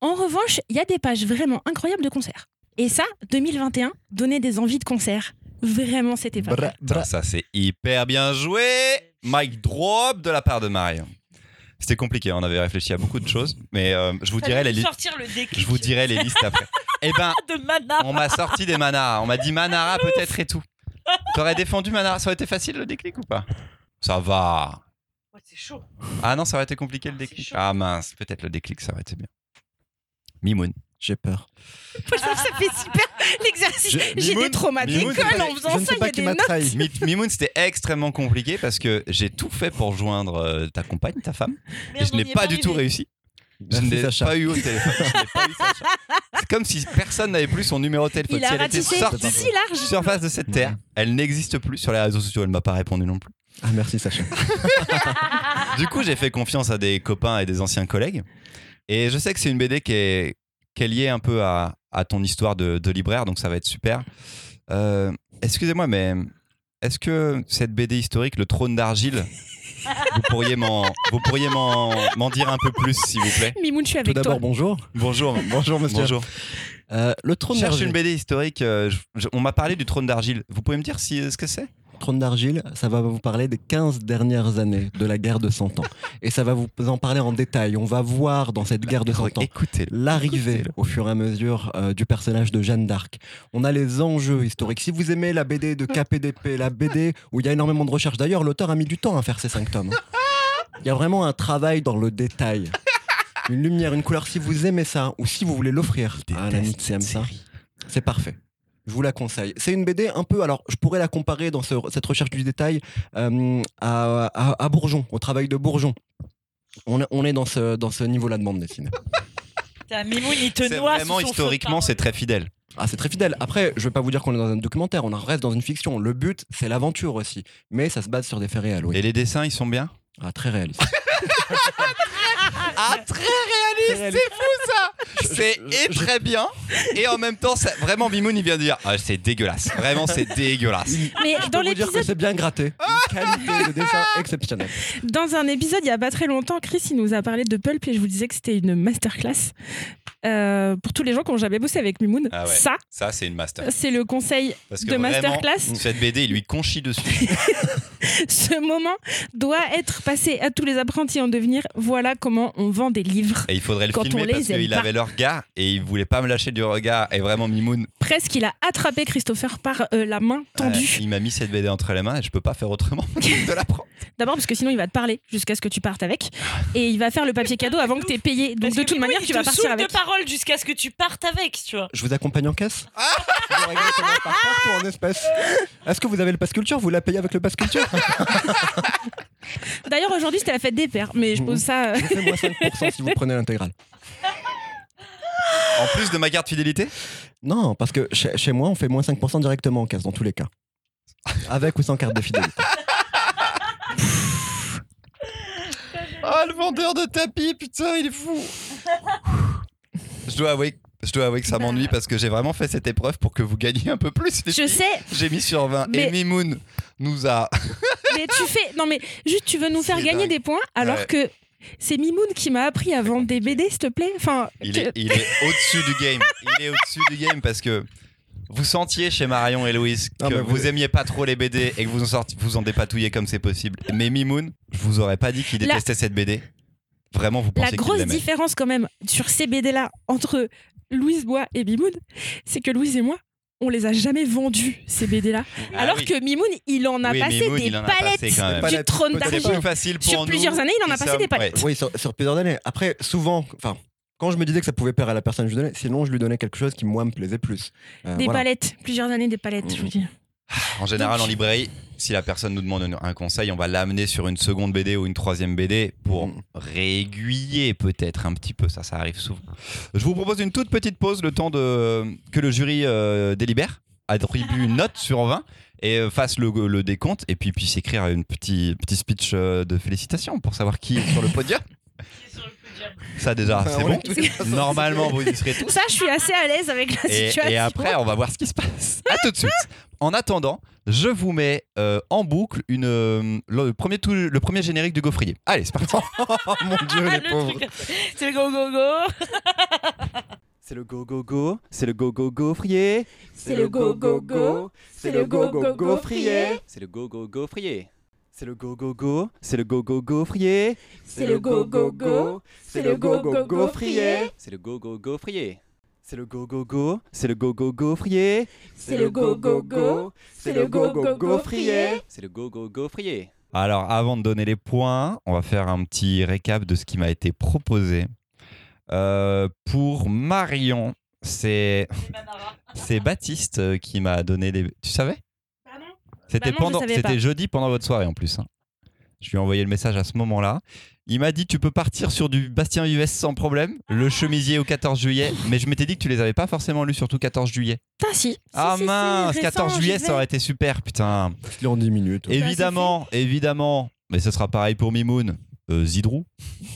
[SPEAKER 4] En revanche, il y a des pages vraiment incroyables de concerts. Et ça, 2021, donnait des envies de concerts. Vraiment, c'était pas mal.
[SPEAKER 3] Bra-
[SPEAKER 1] Putain,
[SPEAKER 3] bra-
[SPEAKER 1] ça c'est hyper bien joué Mike drop de la part de Marion. C'était compliqué, on avait réfléchi à beaucoup de choses, mais euh, je vous dirai les listes.
[SPEAKER 2] sortir le déclic
[SPEAKER 1] Je vous dirai les listes après. Eh ben,
[SPEAKER 2] de Mana.
[SPEAKER 1] on m'a sorti des Manara. On m'a dit
[SPEAKER 2] Ah,
[SPEAKER 1] Manara peut-être et tout. T'aurais défendu Manara Ça aurait été facile le déclic ou pas Ça va.
[SPEAKER 2] Ouais, c'est chaud.
[SPEAKER 1] Ah non, ça aurait été compliqué le
[SPEAKER 2] Ah, c'est
[SPEAKER 1] déclic.
[SPEAKER 2] chaud.
[SPEAKER 1] Ah mince, peut-être le déclic, ça aurait été bien. Mimoun.
[SPEAKER 3] J'ai peur.
[SPEAKER 4] Ça fait super l'exercice.
[SPEAKER 1] Je-
[SPEAKER 4] J'ai des
[SPEAKER 1] Mimoun,
[SPEAKER 4] traumas
[SPEAKER 1] Mimoun,
[SPEAKER 4] d'école en
[SPEAKER 3] je
[SPEAKER 4] faisant ça.
[SPEAKER 3] ne sais
[SPEAKER 4] Il y
[SPEAKER 3] pas
[SPEAKER 4] a
[SPEAKER 3] qui
[SPEAKER 4] des
[SPEAKER 3] m'a
[SPEAKER 4] notes.
[SPEAKER 3] trahi.
[SPEAKER 1] Mi- Mimoun, c'était extrêmement compliqué parce que j'ai tout fait pour joindre euh, ta compagne, ta femme, et
[SPEAKER 2] Merde,
[SPEAKER 1] je
[SPEAKER 2] on
[SPEAKER 1] n'ai
[SPEAKER 2] y est
[SPEAKER 1] pas du tout
[SPEAKER 2] arrivé.
[SPEAKER 1] réussi. Je
[SPEAKER 3] Merci,
[SPEAKER 1] ne l'ai
[SPEAKER 3] Sacha.
[SPEAKER 1] pas eu au téléphone. je n'ai pas eu Sacha. C'est comme si personne n'avait plus son numéro de téléphone. si
[SPEAKER 4] Il a
[SPEAKER 1] elle était
[SPEAKER 4] ratissé
[SPEAKER 1] sortie
[SPEAKER 4] si large.
[SPEAKER 1] surface de cette terre, elle n'existe plus sur les réseaux sociaux. Elle m'a pas répondu non plus.
[SPEAKER 3] Ah, merci, Sacha.
[SPEAKER 1] Du coup, j'ai fait confiance à des copains et des anciens collègues. Et je sais que c'est une BD qui est, qui est liée un peu à, à ton histoire de, de libraire, donc ça va être super. Euh, Excusez-moi, mais est-ce que cette BD historique, Le Trône d'Argile, vous pourriez m'en vous pourriez m'en m'en dire un peu plus, s'il vous plaît
[SPEAKER 4] Mimoun, je suis
[SPEAKER 3] Tout
[SPEAKER 4] avec toi.
[SPEAKER 3] d'abord, bonjour.
[SPEAKER 1] Bonjour.
[SPEAKER 3] Bonjour, monsieur.
[SPEAKER 1] Bonjour.
[SPEAKER 3] Euh, le trône
[SPEAKER 1] Cherche une
[SPEAKER 3] d'argile.
[SPEAKER 1] BD historique. euh, je- je- on m'a parlé du Trône d'Argile. Vous pouvez me dire si, euh, ce que c'est
[SPEAKER 3] Trône d'argile, ça va vous parler des 15 dernières années de la guerre de 100 ans. Et ça va vous en parler en détail. On va voir dans cette guerre de 100 ans
[SPEAKER 1] Écoutez.
[SPEAKER 3] l'arrivée au fur et à mesure euh, du personnage de Jeanne d'Arc. On a les enjeux historiques. Si vous aimez la BD de KPDP, la BD où il y a énormément de recherches, d'ailleurs l'auteur a mis du temps à faire ces cinq tomes. hein. Il y a vraiment un travail dans le détail. Une lumière, une couleur, si vous aimez ça, ou si vous voulez l'offrir à un ami qui aime ça, c'est parfait. Je vous la conseille. C'est une BD un peu, alors je pourrais la comparer dans ce- cette recherche du détail euh, à, à- à Bourgeon, au travail de Bourgeon. On, est- on est dans ce, dans ce niveau-là de bande dessinée.
[SPEAKER 2] Putain, Mimoun, il te
[SPEAKER 1] C'est
[SPEAKER 2] noie. sous
[SPEAKER 1] vraiment
[SPEAKER 2] son feu de
[SPEAKER 1] historiquement,
[SPEAKER 2] parole.
[SPEAKER 1] c'est très fidèle.
[SPEAKER 3] Ah, c'est très fidèle. Après, je vais pas vous dire qu'on est dans un documentaire, on en reste dans une fiction. Le but, c'est l'aventure aussi. Mais ça se base sur des faits réels, oui.
[SPEAKER 1] Et les dessins, ils sont bien
[SPEAKER 3] Ah, très réaliste.
[SPEAKER 1] Ah, très réaliste, c'est fou ça C'est et très bien, et en même temps, ça- vraiment, Bimoun, il vient de dire Ah, c'est dégueulasse, vraiment, c'est dégueulasse.
[SPEAKER 4] Mais
[SPEAKER 3] Je peux
[SPEAKER 4] dans
[SPEAKER 3] vous dire
[SPEAKER 4] l'épisode
[SPEAKER 3] que c'est bien gratté. Une qualité de dessin exceptionnelle.
[SPEAKER 4] Dans un épisode il y a pas très longtemps, Chris il nous a parlé de Pulp et je vous disais que c'était une masterclass. Euh, pour tous les gens qui ont jamais bossé avec Mimoun,
[SPEAKER 1] Ah ouais.
[SPEAKER 4] ça,
[SPEAKER 1] Ça, c'est une master.
[SPEAKER 4] c'est le conseil
[SPEAKER 1] Parce que
[SPEAKER 4] de
[SPEAKER 1] vraiment,
[SPEAKER 4] masterclass.
[SPEAKER 1] cette BD, il lui conchit dessus.
[SPEAKER 4] Ce moment doit être passé à tous les apprentis en devenir. Voilà comment on vend des livres.
[SPEAKER 1] Et il faudrait le
[SPEAKER 4] Quand on
[SPEAKER 1] filmer
[SPEAKER 4] les
[SPEAKER 1] parce
[SPEAKER 4] aime
[SPEAKER 1] qu'il
[SPEAKER 4] pas.
[SPEAKER 1] avait le regard et il voulait pas me lâcher du regard. Et vraiment, Mimoun,
[SPEAKER 4] Presque, il a attrapé Christopher par euh, la main
[SPEAKER 1] euh,
[SPEAKER 4] tendue.
[SPEAKER 1] il m'a mis cette BD entre les mains et je peux pas faire autrement que de la prendre.
[SPEAKER 4] D'abord parce que sinon il va te parler jusqu'à ce que tu partes avec. Et il va faire le papier cadeau avant que tu aies payé. Donc
[SPEAKER 2] Parce
[SPEAKER 4] de
[SPEAKER 2] que
[SPEAKER 4] toute
[SPEAKER 2] Mimoun,
[SPEAKER 4] manière,
[SPEAKER 2] il
[SPEAKER 4] tu
[SPEAKER 2] te
[SPEAKER 4] vas partir
[SPEAKER 2] saoule
[SPEAKER 4] avec.
[SPEAKER 2] de parole jusqu'à ce que tu partes avec, tu vois.
[SPEAKER 3] Je vous accompagne en caisse Je vous régale comment par carte ou en espèces Est-ce que vous avez le pass culture Vous la payez avec le pass culture
[SPEAKER 4] D'ailleurs aujourd'hui c'était la fête des pères, mais je
[SPEAKER 2] Mmh.
[SPEAKER 4] pose ça. euh,
[SPEAKER 3] Faites-moi 5% si vous prenez l'intégrale.
[SPEAKER 1] En plus de ma carte fidélité
[SPEAKER 3] Non, parce que chez, chez moi, on fait moins 5% directement en caisse, dans tous les cas. Avec ou sans carte de fidélité.
[SPEAKER 1] Ah, le vendeur de tapis, putain, il est fou. je dois avouer. Je dois avouer que ça m'ennuie parce que j'ai vraiment fait cette épreuve pour que vous gagniez un peu plus. les
[SPEAKER 4] Bah. Je
[SPEAKER 1] filles.
[SPEAKER 4] sais,
[SPEAKER 1] J'ai mis sur 20.
[SPEAKER 4] Mais-
[SPEAKER 1] Et Mimoun nous a.
[SPEAKER 4] mais tu fais. Non mais juste tu veux nous faire
[SPEAKER 1] C'est
[SPEAKER 4] gagner
[SPEAKER 1] dingue.
[SPEAKER 4] des points alors
[SPEAKER 1] Ouais.
[SPEAKER 4] que c'est Mimoun qui m'a appris à vendre des BD, s'il te plaît. Enfin,
[SPEAKER 1] Il
[SPEAKER 4] que-
[SPEAKER 1] est, il est au-dessus du game. Il est au-dessus du game parce que vous sentiez chez Marion et Louise que
[SPEAKER 3] Ah, mais
[SPEAKER 1] vous,
[SPEAKER 3] vous-
[SPEAKER 1] aimiez pas trop les BD et que vous en, sorti- vous en dépatouillez comme c'est possible. Mais Mimoun, je vous aurais pas dit qu'il
[SPEAKER 4] La-
[SPEAKER 1] détestait cette BD. Vraiment, vous pensez
[SPEAKER 4] La
[SPEAKER 1] qu'il
[SPEAKER 4] grosse
[SPEAKER 1] l'aimait.
[SPEAKER 4] différence quand même sur ces BD-là entre Louise Bois et Bimoun, c'est que Louise et moi, on les a jamais vendus, ces BD-là.
[SPEAKER 1] Ah
[SPEAKER 4] Alors
[SPEAKER 1] oui.
[SPEAKER 4] que Mimoun, il en a
[SPEAKER 1] Oui,
[SPEAKER 4] passé
[SPEAKER 1] Mimoun,
[SPEAKER 4] des
[SPEAKER 1] il en a passé
[SPEAKER 4] palettes
[SPEAKER 1] quand même.
[SPEAKER 4] du
[SPEAKER 3] Palettes,
[SPEAKER 4] trône
[SPEAKER 3] peut-être
[SPEAKER 1] C'est
[SPEAKER 4] d'argent.
[SPEAKER 1] plus facile pour
[SPEAKER 4] Sur
[SPEAKER 1] nous,
[SPEAKER 4] plusieurs années, il en a
[SPEAKER 1] qui
[SPEAKER 4] passé
[SPEAKER 1] sommes-
[SPEAKER 4] des palettes.
[SPEAKER 3] Oui, sur, sur plusieurs années. Après, souvent, enfin, quand je me disais que ça pouvait plaire à la personne que je donnais, sinon je lui donnais quelque chose qui, moi, me plaisait plus. Euh,
[SPEAKER 4] Des
[SPEAKER 3] voilà.
[SPEAKER 4] palettes, plusieurs années des palettes, je vous dis.
[SPEAKER 1] En général, en librairie, si la personne nous demande un- un conseil, on va l'amener sur une seconde BD ou une troisième BD pour
[SPEAKER 3] Mm.
[SPEAKER 1] réaiguiller peut-être un petit peu. Ça, ça arrive souvent. Je vous propose une toute petite pause, le temps de que le jury euh, délibère, attribue une note sur 20 et euh, fasse le, le décompte et puis puisse écrire un petit, petit speech euh, de félicitations pour savoir qui est sur le podium. Ça déjà,
[SPEAKER 3] Enfin,
[SPEAKER 1] c'est
[SPEAKER 3] Bah, on
[SPEAKER 1] bon.
[SPEAKER 3] est tous les deux-
[SPEAKER 1] Normalement, vous y serez tous.
[SPEAKER 4] Ça, je suis assez à l'aise avec
[SPEAKER 2] Ah,
[SPEAKER 4] la
[SPEAKER 1] Et,
[SPEAKER 4] situation.
[SPEAKER 1] et après, on va voir ce qui se passe. À tout de suite. En attendant, je vous mets euh, en boucle une, euh, le, premier tou- le premier générique du gaufrier. Allez, c'est parti.
[SPEAKER 3] Oh mon dieu,
[SPEAKER 2] Ah,
[SPEAKER 3] les pauvres.
[SPEAKER 2] le truc. C'est le go go go.
[SPEAKER 6] C'est le go go go, c'est le go go gaufrier.
[SPEAKER 7] C'est le go go go, c'est le go go gaufrier.
[SPEAKER 6] C'est le go go gaufrier. C'est le go go go, c'est le go go gaufrier.
[SPEAKER 7] C'est le go go go, c'est le go go gaufrier.
[SPEAKER 6] C'est le go go gaufrier. C'est le go go go, c'est le go go gaufrier.
[SPEAKER 7] C'est le go go go, c'est le go go gaufrier.
[SPEAKER 6] C'est le go go gaufrier.
[SPEAKER 1] Alors, avant de donner les points, on va faire un petit récap de ce qui m'a été proposé. Euh, pour Marion, c'est c'est Baptiste euh, qui m'a donné les. Tu savais C'était
[SPEAKER 4] Bah non, je
[SPEAKER 1] pendant,
[SPEAKER 4] savais
[SPEAKER 1] c'était
[SPEAKER 4] pas.
[SPEAKER 1] jeudi pendant votre soirée en plus. hein. Je lui ai envoyé le message à ce moment-là. Il m'a dit tu peux partir sur du Bastien Vives sans problème, le chemisier au 14 juillet, mais je m'étais dit que tu les avais pas forcément lus surtout 14 juillet.
[SPEAKER 4] Putain, si. Si,
[SPEAKER 1] ah
[SPEAKER 4] si, si,
[SPEAKER 1] mince,
[SPEAKER 4] récent,
[SPEAKER 1] 14
[SPEAKER 4] j'y
[SPEAKER 1] juillet
[SPEAKER 4] vais. Bah,
[SPEAKER 1] ça aurait été super putain.
[SPEAKER 3] Il est en 10 minutes.
[SPEAKER 4] c'est
[SPEAKER 1] Évidemment, évidemment, mais ce sera pareil pour Mimoun. Euh, Zidrou,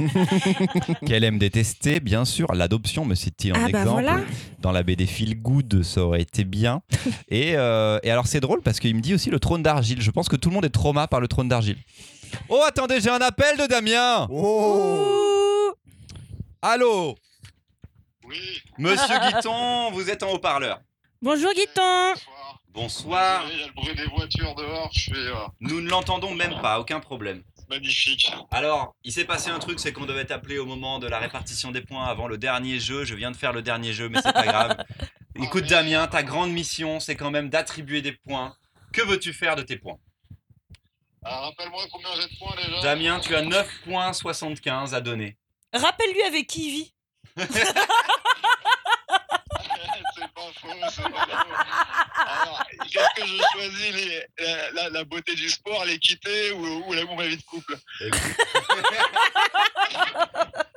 [SPEAKER 1] qu'elle aime détester, bien sûr. L'adoption, me cite-t-il en
[SPEAKER 4] Ah bah
[SPEAKER 1] exemple.
[SPEAKER 4] voilà.
[SPEAKER 1] Dans la BD Feel Good, ça aurait été bien. Et, euh, et alors, c'est drôle parce qu'il me dit aussi le trône d'argile. Je pense que tout le monde est trauma par le trône d'argile. Oh, attendez, j'ai un appel de Damien
[SPEAKER 3] Oh
[SPEAKER 4] Ouh.
[SPEAKER 1] Allô
[SPEAKER 5] Oui,
[SPEAKER 1] Monsieur Guiton, vous êtes en haut-parleur.
[SPEAKER 4] Bonjour Guiton.
[SPEAKER 5] bonsoir.
[SPEAKER 1] Bonsoir.
[SPEAKER 5] Oui, Il y a le bruit des voitures dehors, je suis euh,
[SPEAKER 1] Nous ne l'entendons même pas, aucun problème.
[SPEAKER 5] magnifique.
[SPEAKER 1] Alors, il s'est passé un truc, c'est qu'on devait t'appeler au moment de la répartition des points avant le dernier jeu. Je viens de faire le dernier jeu, mais c'est pas grave. Écoute, Damien, ta grande mission, c'est quand même d'attribuer des points. Que veux-tu faire de tes points
[SPEAKER 5] Alors, rappelle-moi combien j'ai de points déjà
[SPEAKER 1] Damien, tu as 9 points 75 à donner.
[SPEAKER 2] Rappelle-lui avec qui il vit.
[SPEAKER 5] c'est pas faux, c'est pas faux. Alors, qu'est-ce que je choisis les- la, la- la beauté du sport, l'équité ou, ou l'amour et la vie de couple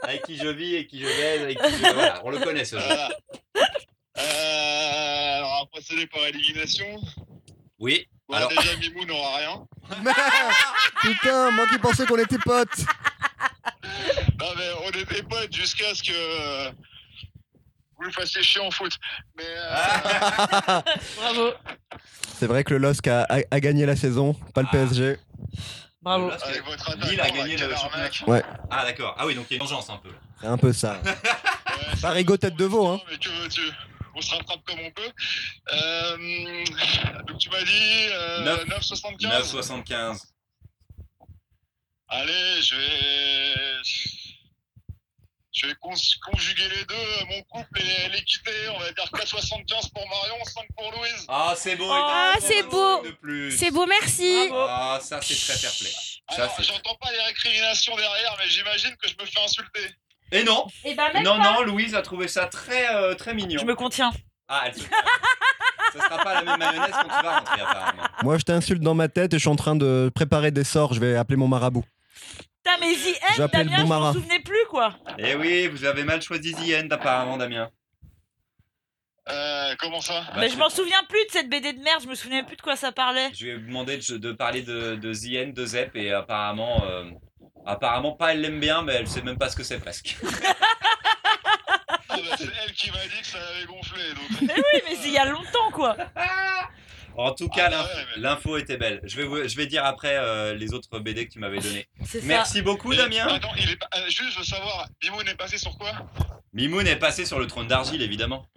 [SPEAKER 1] Avec qui je vis et qui je baise, avec qui je... Voilà, on le connaît ce jeu.
[SPEAKER 5] Voilà. Euh, alors, on va procéder par élimination.
[SPEAKER 1] Oui.
[SPEAKER 5] Bon,
[SPEAKER 1] Alors-
[SPEAKER 5] déjà, Mimou n'aura rien.
[SPEAKER 4] Oh.
[SPEAKER 3] Merde. Putain, moi qui pensais qu'on était potes.
[SPEAKER 5] Non, mais on était potes jusqu'à ce que euh, vous le fassiez chier en foot. Mais. euh,
[SPEAKER 1] Ah,
[SPEAKER 2] Bravo.
[SPEAKER 3] C'est vrai que le LOSC a, a- a gagné la saison, pas le
[SPEAKER 1] Ah.
[SPEAKER 3] PSG.
[SPEAKER 2] Bravo.
[SPEAKER 1] Parce que
[SPEAKER 5] Avec votre attaque,
[SPEAKER 1] Lille a gagné
[SPEAKER 5] quelle
[SPEAKER 1] le championnat.
[SPEAKER 5] arnaque.
[SPEAKER 1] Ah, d'accord. Ah oui, donc il y a une vengeance un peu. là.
[SPEAKER 3] C'est un peu ça.
[SPEAKER 5] Ouais,
[SPEAKER 3] Pas rigot tête de veau, hein.
[SPEAKER 5] Mais que veux-tu On se rattrape comme on peut. Euh, donc tu m'as dit euh,
[SPEAKER 1] Neuf.
[SPEAKER 5] 9,75.
[SPEAKER 1] 9,75.
[SPEAKER 5] Allez, je vais. Je vais cons- conjuguer les deux, mon couple et l'équité. On va dire 4,75 pour Marion, 5 pour Louise.
[SPEAKER 1] Ah, c'est beau. il t'en
[SPEAKER 2] Ah,
[SPEAKER 1] reste
[SPEAKER 4] c'est
[SPEAKER 1] 25
[SPEAKER 4] beau.
[SPEAKER 1] de plus.
[SPEAKER 4] C'est beau, merci.
[SPEAKER 2] Bravo.
[SPEAKER 1] Ah, ça, c'est très fair play. Ça,
[SPEAKER 5] Alors,
[SPEAKER 1] c'est-
[SPEAKER 5] Ah j'entends pas les récriminations derrière, mais j'imagine que je me fais insulter.
[SPEAKER 1] Et non
[SPEAKER 4] Et bah,
[SPEAKER 1] Non, non, Louise a trouvé ça très, euh, très mignon.
[SPEAKER 2] Eh ben, Je me contiens.
[SPEAKER 1] Ah, elle se Ça sera pas la même mayonnaise quand tu vas rentrer, apparemment.
[SPEAKER 3] Moi, je t'insulte dans ma tête et je suis en train de préparer des sorts. Je vais appeler mon marabout.
[SPEAKER 2] Putain, mais The End,
[SPEAKER 3] J'appelle
[SPEAKER 2] Damien, je
[SPEAKER 3] Boumara.
[SPEAKER 2] m'en souvenais plus, quoi.
[SPEAKER 1] Eh oui, vous avez mal choisi The End, apparemment, Damien.
[SPEAKER 5] Euh, comment ça
[SPEAKER 1] Bah,
[SPEAKER 2] mais je
[SPEAKER 1] je-
[SPEAKER 2] m'en souviens plus de cette BD de merde, je me souviens plus de quoi ça parlait.
[SPEAKER 1] Je lui ai demandé de, de parler de, de The End, de Zep, et apparemment, euh, apparemment, pas elle l'aime bien, mais elle sait même pas ce que c'est presque.
[SPEAKER 5] Ah, bah, C'est elle qui m'a dit que ça l'avait gonflé. donc.
[SPEAKER 2] Oui, mais c'est il y a longtemps, quoi.
[SPEAKER 1] En tout cas,
[SPEAKER 5] Ah,
[SPEAKER 1] l'in-
[SPEAKER 5] ouais, mais-
[SPEAKER 1] l'info était belle. Je vais, vous- je vais dire après euh, les autres BD que tu m'avais donné.
[SPEAKER 2] C'est ça.
[SPEAKER 1] Merci beaucoup,
[SPEAKER 5] Et-
[SPEAKER 1] Damien.
[SPEAKER 5] Attends, il est pas- euh, juste, je veux savoir, Mimoun est passé sur quoi
[SPEAKER 1] Mimoun est passé sur le trône d'argile, évidemment.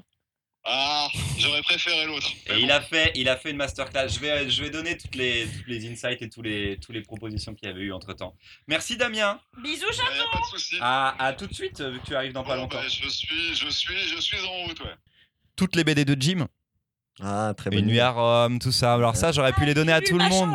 [SPEAKER 5] Ah, j'aurais préféré l'autre.
[SPEAKER 1] Et il a fait, il a fait une masterclass. Je vais, je vais donner toutes les, toutes les insights et tous les, tous les propositions qu'il y avait eu entre temps. Merci Damien.
[SPEAKER 2] Bisous,
[SPEAKER 5] Bah, y a pas de souci.
[SPEAKER 1] À, à tout de suite, vu que tu arrives dans Ah, pas
[SPEAKER 5] Bon,
[SPEAKER 1] longtemps.
[SPEAKER 5] bah, je suis, je suis, je suis en route, ouais.
[SPEAKER 1] Toutes les BD de Jim,
[SPEAKER 3] Ah, très bonne
[SPEAKER 1] Une nuit
[SPEAKER 3] idée.
[SPEAKER 1] à Rome, tout ça. Alors ça, j'aurais pu les donner à tout le monde.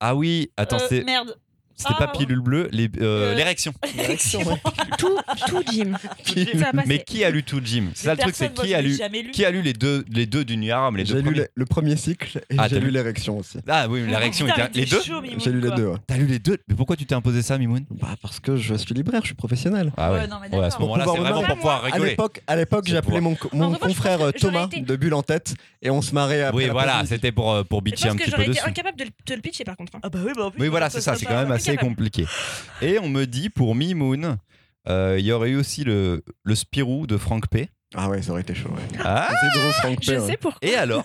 [SPEAKER 1] Ah oui, attends,
[SPEAKER 2] Euh,
[SPEAKER 1] c'est
[SPEAKER 2] Merde.
[SPEAKER 1] c'était
[SPEAKER 2] ah,
[SPEAKER 1] pas pilule bleue, les- euh,
[SPEAKER 2] Euh,
[SPEAKER 1] l'érection.
[SPEAKER 2] Élection,
[SPEAKER 3] ouais.
[SPEAKER 4] Tout, tout, Jim. Ça va passer.
[SPEAKER 1] Mais qui a lu tout Jim C'est ça le truc, c'est qui a lu
[SPEAKER 2] Jamais lu.
[SPEAKER 1] qui a lu les deux les deux du nuit à Rome, les deux
[SPEAKER 3] J'ai lu
[SPEAKER 1] premiers
[SPEAKER 3] le, le premier cycle et
[SPEAKER 1] Ah,
[SPEAKER 3] j'ai
[SPEAKER 1] t'as
[SPEAKER 3] lu
[SPEAKER 1] lu-
[SPEAKER 3] l'érection aussi.
[SPEAKER 1] Ah oui, mais l'érection
[SPEAKER 2] Oh, Putain,
[SPEAKER 1] était
[SPEAKER 2] mais
[SPEAKER 1] les
[SPEAKER 2] t'es
[SPEAKER 1] deux.
[SPEAKER 2] chaud, Mimoun,
[SPEAKER 3] J'ai lu les
[SPEAKER 2] quoi.
[SPEAKER 3] deux. ouais.
[SPEAKER 1] T'as lu les deux Mais pourquoi tu t'es imposé ça, Mimoun
[SPEAKER 3] Bah, parce que je suis libraire, je suis professionnel.
[SPEAKER 1] Ah
[SPEAKER 2] Ouais, non, mais d'accord.
[SPEAKER 1] à ce
[SPEAKER 2] Pour
[SPEAKER 1] moment-là, c'est
[SPEAKER 3] pouvoir
[SPEAKER 1] vraiment
[SPEAKER 4] remarquer.
[SPEAKER 1] pour pouvoir
[SPEAKER 3] À
[SPEAKER 1] rigoler.
[SPEAKER 3] l'époque, à l'époque,
[SPEAKER 1] C'est
[SPEAKER 3] j'appelais mon, co- mon
[SPEAKER 4] revanche, je
[SPEAKER 3] confrère
[SPEAKER 4] pense
[SPEAKER 3] euh,
[SPEAKER 4] que j'aurais
[SPEAKER 3] Thomas
[SPEAKER 4] été-
[SPEAKER 3] de Bulle en tête et on se marrait après.
[SPEAKER 1] Oui,
[SPEAKER 3] la
[SPEAKER 1] voilà,
[SPEAKER 3] partie.
[SPEAKER 1] c'était pour euh, pour
[SPEAKER 4] Je
[SPEAKER 1] bitcher
[SPEAKER 4] pense
[SPEAKER 1] un
[SPEAKER 4] que
[SPEAKER 1] petit peu
[SPEAKER 4] j'aurais été
[SPEAKER 1] dessus.
[SPEAKER 4] incapable de le, de le pitcher par contre. hein.
[SPEAKER 2] Ah bah oui, bah en plus,
[SPEAKER 1] Oui,
[SPEAKER 2] on
[SPEAKER 1] voilà,
[SPEAKER 2] peut
[SPEAKER 1] c'est
[SPEAKER 2] se
[SPEAKER 1] ça, c'est quand
[SPEAKER 2] préparer.
[SPEAKER 1] même assez
[SPEAKER 2] Impeccable.
[SPEAKER 1] compliqué. Et on me dit pour Mimoun, euh, il y aurait eu aussi le le Spirou de Franck P.
[SPEAKER 3] Ah ouais, ça aurait été chaud. Ouais.
[SPEAKER 1] Ah
[SPEAKER 3] c'est drôle, Franck
[SPEAKER 4] Je
[SPEAKER 3] P, ouais.
[SPEAKER 4] sais pourquoi.
[SPEAKER 1] Et alors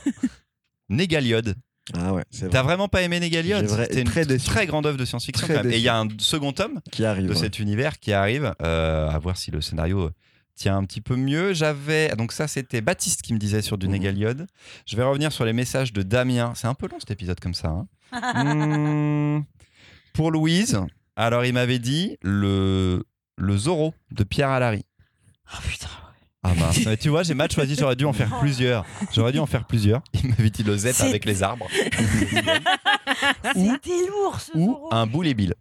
[SPEAKER 1] Négaliode.
[SPEAKER 3] Ah ouais, c'est vrai.
[SPEAKER 1] T'as vraiment pas aimé Négaliode
[SPEAKER 3] J'ai vrai-
[SPEAKER 1] C'était une
[SPEAKER 3] très déçu.
[SPEAKER 1] très grande œuvre de science-fiction.
[SPEAKER 3] Très
[SPEAKER 1] quand même. Et il
[SPEAKER 3] déçu.
[SPEAKER 1] y a un second tome
[SPEAKER 3] Qui arrive.
[SPEAKER 1] de
[SPEAKER 3] ouais.
[SPEAKER 1] cet univers qui arrive. euh, à voir si le scénario tient un petit peu mieux. J'avais donc ça, c'était Baptiste qui me disait sur du
[SPEAKER 3] Mhm.
[SPEAKER 1] Négaliode. Je vais revenir sur les messages de Damien. C'est un peu long cet épisode comme ça. hein. Mmh. Pour Louise, alors il m'avait dit le le Zorro de Pierre Alary.
[SPEAKER 2] Ah putain.
[SPEAKER 1] Ah mince, Mais tu vois, j'ai mal choisi, j'aurais dû en faire plusieurs. J'aurais dû en faire plusieurs. Il m'avait dit le Z
[SPEAKER 2] C'est-
[SPEAKER 1] avec les arbres.
[SPEAKER 2] Ah, C'était lourd ce
[SPEAKER 1] ou
[SPEAKER 2] Zorro.
[SPEAKER 1] un boulet bill.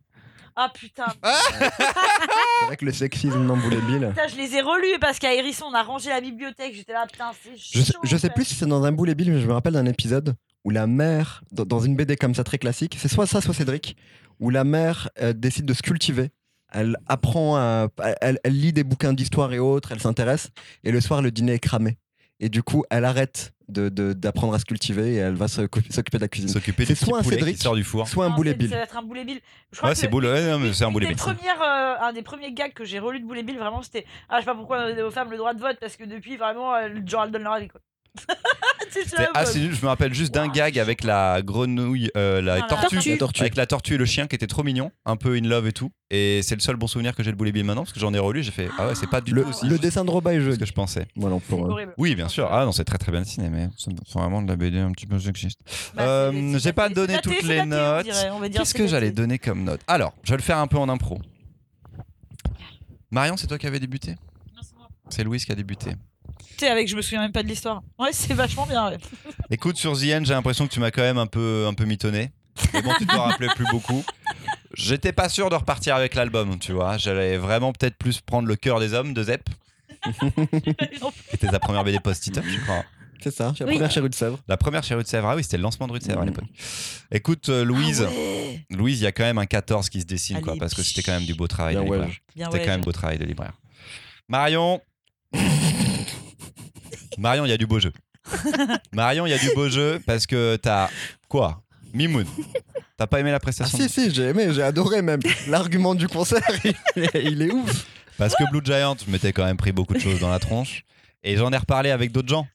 [SPEAKER 2] Ah putain.
[SPEAKER 3] C'est vrai que le sexisme dans Boulet Bill.
[SPEAKER 2] Putain, je les ai relus parce qu'à Hérisson, on a rangé la bibliothèque. J'étais là, putain, c'est
[SPEAKER 3] Je sais,
[SPEAKER 2] chaud.
[SPEAKER 3] je sais
[SPEAKER 2] quoi.
[SPEAKER 3] plus si c'est dans un Boulet Bill, mais je me rappelle d'un épisode où la mère, dans, dans une BD comme ça très classique, c'est soit ça, soit Cédric, où la mère euh, décide de se cultiver. Elle apprend, à- elle, elle lit des bouquins d'histoire et autres, elle s'intéresse, et le soir, le dîner est cramé. Et du coup, elle arrête de- de- d'apprendre à se cultiver et elle va se- s'occuper de la cuisine.
[SPEAKER 1] S'occuper
[SPEAKER 3] C'est
[SPEAKER 1] du petit
[SPEAKER 3] soit un
[SPEAKER 1] poulet
[SPEAKER 3] Cédric,
[SPEAKER 1] qui sort du four.
[SPEAKER 3] Soit un
[SPEAKER 2] Non,
[SPEAKER 3] Boulet
[SPEAKER 2] c'est- Ça
[SPEAKER 1] euh,
[SPEAKER 3] Bill.
[SPEAKER 2] va être un boulet bill. Je crois
[SPEAKER 1] Ouais,
[SPEAKER 2] que
[SPEAKER 1] c'est boule. ouais, non, mais c'est un boulet
[SPEAKER 2] Une
[SPEAKER 1] bill.
[SPEAKER 2] des premières, euh, un des premiers gags que j'ai relu de Boulet Bill, vraiment, c'était Ah, je sais pas pourquoi on donnait aux femmes le droit de vote, parce que depuis, vraiment, euh, genre, elles donnent leur avis, quoi. C'est ça,
[SPEAKER 1] C'était
[SPEAKER 2] bah,
[SPEAKER 1] assez nul. Je me rappelle juste d'un
[SPEAKER 2] Ouah.
[SPEAKER 1] gag avec la grenouille, euh, la
[SPEAKER 2] Ah, la
[SPEAKER 1] tortue.
[SPEAKER 4] tortue. La
[SPEAKER 3] tortue.
[SPEAKER 1] Avec la tortue et le chien qui était trop mignon, un peu in love et tout. Et c'est le seul bon souvenir que j'ai de Boulet Bill maintenant, parce que j'en ai relu, j'ai fait Ah ouais, c'est pas du
[SPEAKER 3] Le,
[SPEAKER 1] tout aussi
[SPEAKER 3] le dessin de Robin est
[SPEAKER 1] ce
[SPEAKER 3] joli.
[SPEAKER 1] que je pensais.
[SPEAKER 3] Voilà, pour, euh,
[SPEAKER 2] horrible.
[SPEAKER 1] Oui, bien sûr. Ah non, c'est très très bien dessiné, mais c'est c'est vraiment de la BD un petit peu sexiste.
[SPEAKER 2] Bah,
[SPEAKER 1] Euh,
[SPEAKER 2] c'est- c'est
[SPEAKER 1] j'ai pas
[SPEAKER 2] daté,
[SPEAKER 1] donné
[SPEAKER 2] c'est daté,
[SPEAKER 1] toutes
[SPEAKER 2] c'est
[SPEAKER 1] les
[SPEAKER 2] daté, on
[SPEAKER 1] notes.
[SPEAKER 2] dirait, on va dire,
[SPEAKER 1] Qu'est-ce
[SPEAKER 2] c'est
[SPEAKER 1] que
[SPEAKER 2] daté.
[SPEAKER 1] j'allais donner comme note Alors, je vais le faire un peu en impro. Marion, c'est toi qui avais débuté
[SPEAKER 2] Non, c'est bon.
[SPEAKER 1] C'est Louise qui a débuté.
[SPEAKER 2] Tu sais, avec je me souviens même pas de l'histoire. Ouais, c'est vachement bien. ouais.
[SPEAKER 1] Écoute, sur Zien, j'ai l'impression que tu m'as quand même un peu, un peu mitonné. Mais bon, tu t'en rappelais plus beaucoup. J'étais pas sûr de repartir avec l'album, tu vois. J'allais vraiment peut-être plus prendre le cœur des hommes de Zep, qui était ta première BD post-it, je crois.
[SPEAKER 3] C'est ça, c'est la
[SPEAKER 4] Oui.
[SPEAKER 3] première chez Rue de Sèvres.
[SPEAKER 1] La première chez Rue de Sèvres. Ah oui, c'était le lancement de Rue de Sèvres à
[SPEAKER 3] Mhm.
[SPEAKER 1] l'époque. Écoute, euh,
[SPEAKER 2] Ah
[SPEAKER 1] Louise, Louise, il y a quand même un 14 qui se dessine, quoi,
[SPEAKER 2] Allez,
[SPEAKER 1] parce que c'était quand même du beau travail
[SPEAKER 3] Bien
[SPEAKER 1] de
[SPEAKER 3] Ah ouais.
[SPEAKER 1] libraire.
[SPEAKER 2] Bien,
[SPEAKER 1] C'était
[SPEAKER 2] Ah ouais,
[SPEAKER 1] quand même beau travail de libraire. Marion. Marion, il y a du beau jeu. Marion, il y a du beau jeu parce que t'as quoi Mimoun. T'as pas aimé la
[SPEAKER 3] Ah
[SPEAKER 1] prestation
[SPEAKER 3] si
[SPEAKER 1] de-
[SPEAKER 3] si, j'ai aimé, j'ai adoré même. L'argument du concert, il est, il est ouf.
[SPEAKER 1] Parce que Blue Giant, je m'étais quand même pris beaucoup de choses dans la tronche. Et j'en ai reparlé avec d'autres gens.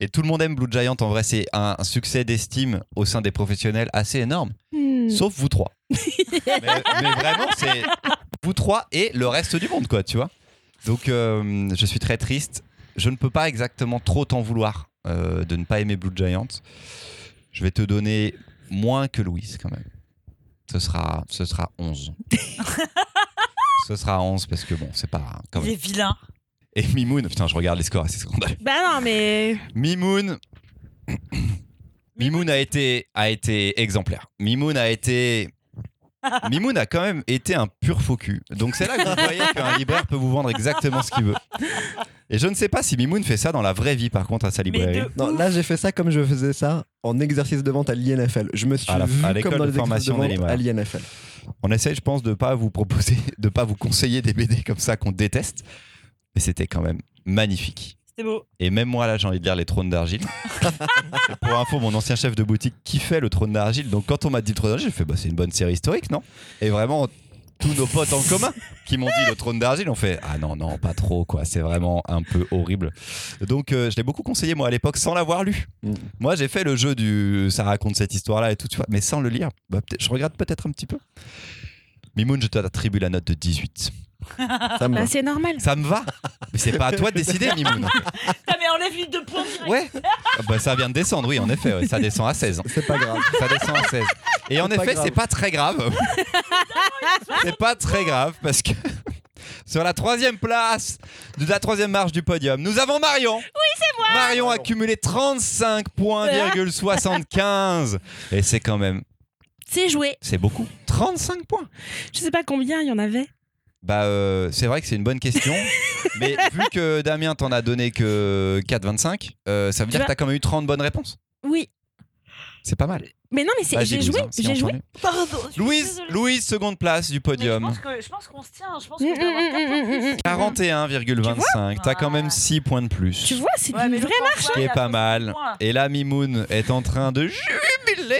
[SPEAKER 1] Et tout le monde aime Blue Giant. En vrai, c'est un, un succès d'estime au sein des professionnels assez énorme.
[SPEAKER 4] Hmm.
[SPEAKER 1] Sauf vous trois. mais, mais vraiment, c'est vous trois et le reste du monde, quoi, tu vois. Donc, euh, je suis très triste. Je ne peux pas exactement trop t'en vouloir euh, de ne pas aimer Blue Giant. Je vais te donner moins que Louise, quand même. Ce sera, ce sera 11. ce sera 11 parce que, bon, c'est pas. Quand
[SPEAKER 2] Il
[SPEAKER 1] même.
[SPEAKER 2] est vilain.
[SPEAKER 1] Et Mimoun, putain, je regarde les scores, c'est scandaleux.
[SPEAKER 4] Bah non, mais.
[SPEAKER 1] Mimoun. Mimoun a été, a été exemplaire. Mimoun a été. Mimoun a quand même été un pur faux cul. Donc c'est là que vous voyez qu'un libraire peut vous vendre exactement ce qu'il veut. Et je ne sais pas si Mimoun fait ça dans la vraie vie, par contre, à sa
[SPEAKER 2] Mais
[SPEAKER 1] librairie.
[SPEAKER 2] de
[SPEAKER 3] Non,
[SPEAKER 2] ouf.
[SPEAKER 3] là j'ai fait ça comme je faisais ça en exercice de vente à l'INFL. Je me suis
[SPEAKER 1] À la-
[SPEAKER 3] vu
[SPEAKER 1] à l'école
[SPEAKER 3] comme dans
[SPEAKER 1] de
[SPEAKER 3] les exercices de
[SPEAKER 1] formation des
[SPEAKER 3] vente à l'INFL.
[SPEAKER 1] On essaye, je pense, de pas vous proposer, de pas vous conseiller des BD comme ça qu'on déteste. Mais c'était quand même magnifique.
[SPEAKER 2] C'était beau.
[SPEAKER 1] Et même moi, là, j'ai envie de lire Les Trônes d'Argile. Et pour info, mon ancien chef de boutique kiffait Le Trône d'Argile. Donc, quand on m'a dit Le Trône d'Argile, j'ai fait bah, c'est une bonne série historique, non Et vraiment, tous nos potes en commun qui m'ont dit Le Trône d'Argile ont fait ah non, non, pas trop, quoi. C'est vraiment un peu horrible. Donc, euh, je l'ai beaucoup conseillé, moi, à l'époque, sans l'avoir lu.
[SPEAKER 3] Mm.
[SPEAKER 1] Moi, j'ai fait le jeu du ça raconte cette histoire-là et tout, tu vois, mais sans le lire. Bah, peut-être- je regrette peut-être un petit peu. Mimoun, je t'attribue la note de 18.
[SPEAKER 3] Ça me va.
[SPEAKER 4] Bah c'est normal.
[SPEAKER 1] Ça me va Mais c'est pas à toi de décider, Mimoun.
[SPEAKER 2] Putain, Ah, mais enlève l'huile de pointe. direct.
[SPEAKER 3] Ouais,
[SPEAKER 1] Ah bah, ça vient de descendre, oui, en effet. ouais. Ça descend à 16.
[SPEAKER 3] c'est pas grave.
[SPEAKER 1] Ça descend à 16. Et en
[SPEAKER 3] C'est pas
[SPEAKER 1] effet,
[SPEAKER 3] grave.
[SPEAKER 1] c'est pas très grave. c'est pas très grave parce que sur la troisième place de la troisième marche du podium, nous avons Marion. Oui, c'est moi. Marion a cumulé 35 points, virgule 75. Et c'est quand même,
[SPEAKER 4] C'est joué.
[SPEAKER 1] c'est beaucoup. 35 points.
[SPEAKER 4] Je sais pas combien il y en avait.
[SPEAKER 1] Bah, euh, c'est vrai que c'est une bonne question. mais vu que Damien t'en a donné que 4,25, euh, ça veut
[SPEAKER 4] Tu
[SPEAKER 1] dire
[SPEAKER 4] vois-
[SPEAKER 1] que t'as quand même eu 30 bonnes réponses.
[SPEAKER 4] Oui.
[SPEAKER 1] C'est pas mal.
[SPEAKER 4] Mais non, mais hein, c'est-
[SPEAKER 1] Vas-y,
[SPEAKER 4] j'ai
[SPEAKER 1] Louisa,
[SPEAKER 4] joué.
[SPEAKER 1] si on
[SPEAKER 4] J'ai
[SPEAKER 1] t'en
[SPEAKER 4] joué.
[SPEAKER 1] est.
[SPEAKER 2] Pardon. je suis
[SPEAKER 1] Louise,
[SPEAKER 2] désolée.
[SPEAKER 1] Louise, seconde place du
[SPEAKER 2] Mais Je
[SPEAKER 1] podium. Mmh,
[SPEAKER 2] pense que- je pense qu'on se tient. Je pense
[SPEAKER 4] Mm,
[SPEAKER 2] qu'on peut
[SPEAKER 4] mm,
[SPEAKER 2] avoir
[SPEAKER 4] mm,
[SPEAKER 2] quatre points
[SPEAKER 4] mm,
[SPEAKER 2] plus.
[SPEAKER 4] mm, mm.
[SPEAKER 1] 41,25. T'as quand même
[SPEAKER 2] Ouais.
[SPEAKER 1] 6 points de plus.
[SPEAKER 4] Tu vois, c'est
[SPEAKER 2] Ouais, mais
[SPEAKER 4] une
[SPEAKER 2] je
[SPEAKER 4] vraie.
[SPEAKER 2] pense
[SPEAKER 1] Ce qui
[SPEAKER 2] il
[SPEAKER 1] est
[SPEAKER 2] a
[SPEAKER 1] pas
[SPEAKER 2] fait
[SPEAKER 1] mal.
[SPEAKER 2] six points. Ah,
[SPEAKER 1] Et là, Mimoun est en train de jubiler.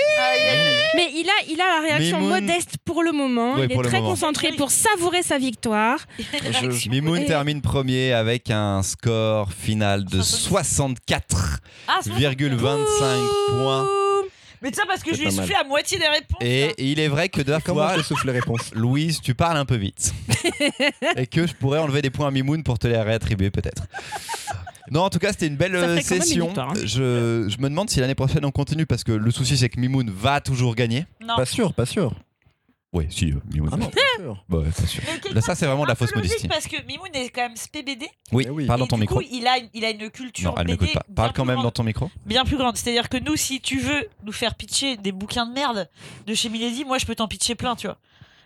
[SPEAKER 4] Mais il a, il a la réaction
[SPEAKER 1] Mimoun-
[SPEAKER 4] modeste pour le moment.
[SPEAKER 1] Oui,
[SPEAKER 4] il
[SPEAKER 1] pour
[SPEAKER 4] est
[SPEAKER 1] le
[SPEAKER 4] très
[SPEAKER 1] moment.
[SPEAKER 4] concentré pour savourer sa victoire.
[SPEAKER 3] Je-
[SPEAKER 1] Mimoun
[SPEAKER 4] Et-
[SPEAKER 1] termine premier avec un score final de 64,25
[SPEAKER 2] Ah, c'est bon.
[SPEAKER 1] points.
[SPEAKER 2] Mais ça parce que
[SPEAKER 3] C'est
[SPEAKER 2] je lui ai
[SPEAKER 3] pas mal.
[SPEAKER 2] soufflé à moitié des réponses. hein.
[SPEAKER 1] Et il est vrai que deux
[SPEAKER 3] Comment
[SPEAKER 1] fois,
[SPEAKER 3] je souffle les réponses
[SPEAKER 1] Louise, tu parles un peu vite. et que je pourrais enlever des points à Mimoun pour te les réattribuer peut-être. Non, en tout cas, c'était une belle
[SPEAKER 4] Ça
[SPEAKER 1] euh,
[SPEAKER 4] ferait quand même une
[SPEAKER 1] session.
[SPEAKER 4] victoire, hein.
[SPEAKER 1] je, je me demande si l'année prochaine on continue parce que le souci c'est que Mimoun va toujours gagner.
[SPEAKER 2] Non.
[SPEAKER 3] Pas sûr, pas sûr.
[SPEAKER 1] Oui, si, euh, Mimoun.
[SPEAKER 3] Ah non,
[SPEAKER 1] va-
[SPEAKER 3] pas sûr.
[SPEAKER 1] Bah ouais, c'est sûr.
[SPEAKER 2] Mais quelque
[SPEAKER 1] Là,
[SPEAKER 2] part,
[SPEAKER 1] ça, c'est vraiment de la
[SPEAKER 2] un peu
[SPEAKER 1] fausse modestie.
[SPEAKER 2] logique Parce que Mimoun est quand même PBD.
[SPEAKER 1] Oui,
[SPEAKER 3] Eh oui.
[SPEAKER 1] parle dans
[SPEAKER 2] et
[SPEAKER 1] ton
[SPEAKER 2] du
[SPEAKER 1] micro.
[SPEAKER 2] Coup, il a, il a une culture
[SPEAKER 1] non, elle
[SPEAKER 2] BD
[SPEAKER 1] m'écoute pas.
[SPEAKER 2] bien
[SPEAKER 1] Parle
[SPEAKER 2] plus
[SPEAKER 1] quand même
[SPEAKER 2] grande-
[SPEAKER 1] dans ton micro.
[SPEAKER 2] bien plus grande. C'est-à-dire que nous, si tu veux nous faire pitcher des bouquins de merde de chez Milady, moi je peux t'en pitcher plein, tu vois.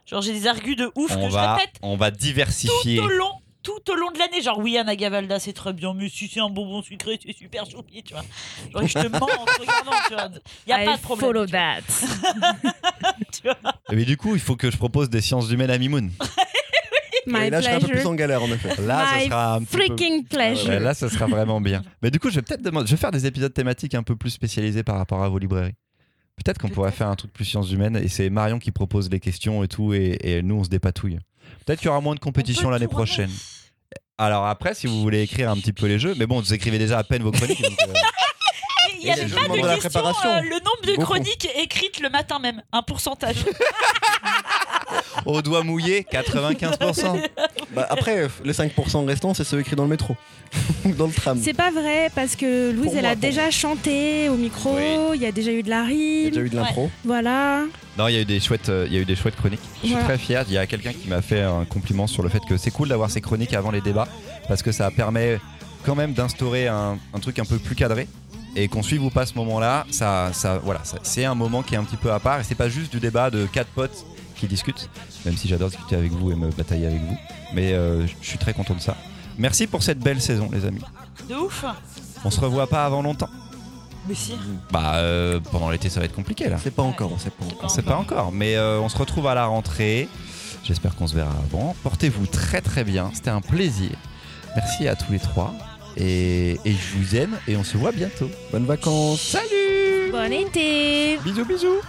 [SPEAKER 2] Genre j'ai des argus de ouf
[SPEAKER 1] On
[SPEAKER 2] que
[SPEAKER 1] va,
[SPEAKER 2] je répète
[SPEAKER 1] on va diversifier.
[SPEAKER 2] tout au long, tout au long de l'année. Genre oui, Anna Gavalda, c'est très bien, mais si c'est un bonbon sucré, c'est super choupi, tu vois. Genre je te mens en te regardant, tu vois. Y a
[SPEAKER 4] I
[SPEAKER 2] pas de problème.
[SPEAKER 4] Follow
[SPEAKER 2] tu vois.
[SPEAKER 4] that.
[SPEAKER 1] Mais Eh du coup, il faut que je propose des sciences humaines à Mimoun.
[SPEAKER 4] My
[SPEAKER 3] Et là, je serai un peu plus
[SPEAKER 4] pleasure.
[SPEAKER 3] en galère en effet.
[SPEAKER 1] Là, ça
[SPEAKER 4] My
[SPEAKER 1] sera un petit peu-
[SPEAKER 3] Ah,
[SPEAKER 4] Freaking
[SPEAKER 1] Ouais,
[SPEAKER 4] pleasure.
[SPEAKER 1] Ben Là, ça sera vraiment bien. Mais du coup, je vais peut-être demander- je vais faire des épisodes thématiques un peu plus spécialisés par rapport à vos librairies. Peut-être qu'on pourrait faire un truc plus sciences humaines et c'est Marion qui propose les questions et tout et, et nous on se dépatouille. Peut-être qu'il y aura moins de compétition
[SPEAKER 2] On peut
[SPEAKER 1] l'année
[SPEAKER 2] tout remettre.
[SPEAKER 1] prochaine. Alors après, si vous voulez écrire un petit peu les jeux, mais bon, vous écrivez déjà à peine vos chroniques. donc, euh,
[SPEAKER 2] Il
[SPEAKER 3] Et
[SPEAKER 2] n'y avait
[SPEAKER 3] je
[SPEAKER 2] pas
[SPEAKER 3] demande la
[SPEAKER 2] de question,
[SPEAKER 3] préparation.
[SPEAKER 2] euh, le nombre de
[SPEAKER 3] Beaucoup.
[SPEAKER 2] chroniques écrites le matin même, un pourcentage.
[SPEAKER 1] au doigt mouillé, 95%.
[SPEAKER 3] Bah, après, euh, les 5% restants, c'est ceux écrits dans le métro. Ou dans le tram.
[SPEAKER 4] C'est pas vrai parce que Louise,
[SPEAKER 3] Pour
[SPEAKER 4] elle
[SPEAKER 3] moi,
[SPEAKER 4] a
[SPEAKER 3] pour
[SPEAKER 4] déjà chanté au micro. Il y a déjà eu de la
[SPEAKER 3] Il y a déjà
[SPEAKER 4] rime.
[SPEAKER 3] eu de l'impro.
[SPEAKER 4] Voilà.
[SPEAKER 1] Non, il y a eu des chouettes, euh, il y a eu des chouettes chroniques. Je suis
[SPEAKER 4] Voilà.
[SPEAKER 1] très fier. Il y a quelqu'un qui m'a fait un compliment sur le fait que c'est cool d'avoir ces chroniques avant les débats parce que ça permet quand même d'instaurer un, un truc un peu plus cadré et qu'on suive ou pas ce moment-là. Ça, ça, voilà, ça- c'est un moment qui est un petit peu à part et c'est pas juste du débat de quatre potes qui discutent. Même si j'adore discuter avec vous et me batailler avec vous, mais euh, je suis très content de ça. Merci pour cette belle saison, les amis.
[SPEAKER 2] de ouf.
[SPEAKER 1] On se revoit pas avant longtemps.
[SPEAKER 2] Mais si.
[SPEAKER 1] Bah, euh, pendant l'été, ça va être compliqué là.
[SPEAKER 3] C'est pas encore, on sait pas encore.
[SPEAKER 1] On sait pas encore, mais euh, on se retrouve à la rentrée. J'espère qu'on se verra avant. Portez-vous très très bien, c'était un plaisir. Merci à tous les trois. Et, et je vous aime et on se voit bientôt.
[SPEAKER 3] Bonnes vacances.
[SPEAKER 1] Salut
[SPEAKER 4] Bon été.
[SPEAKER 1] Bisous bisous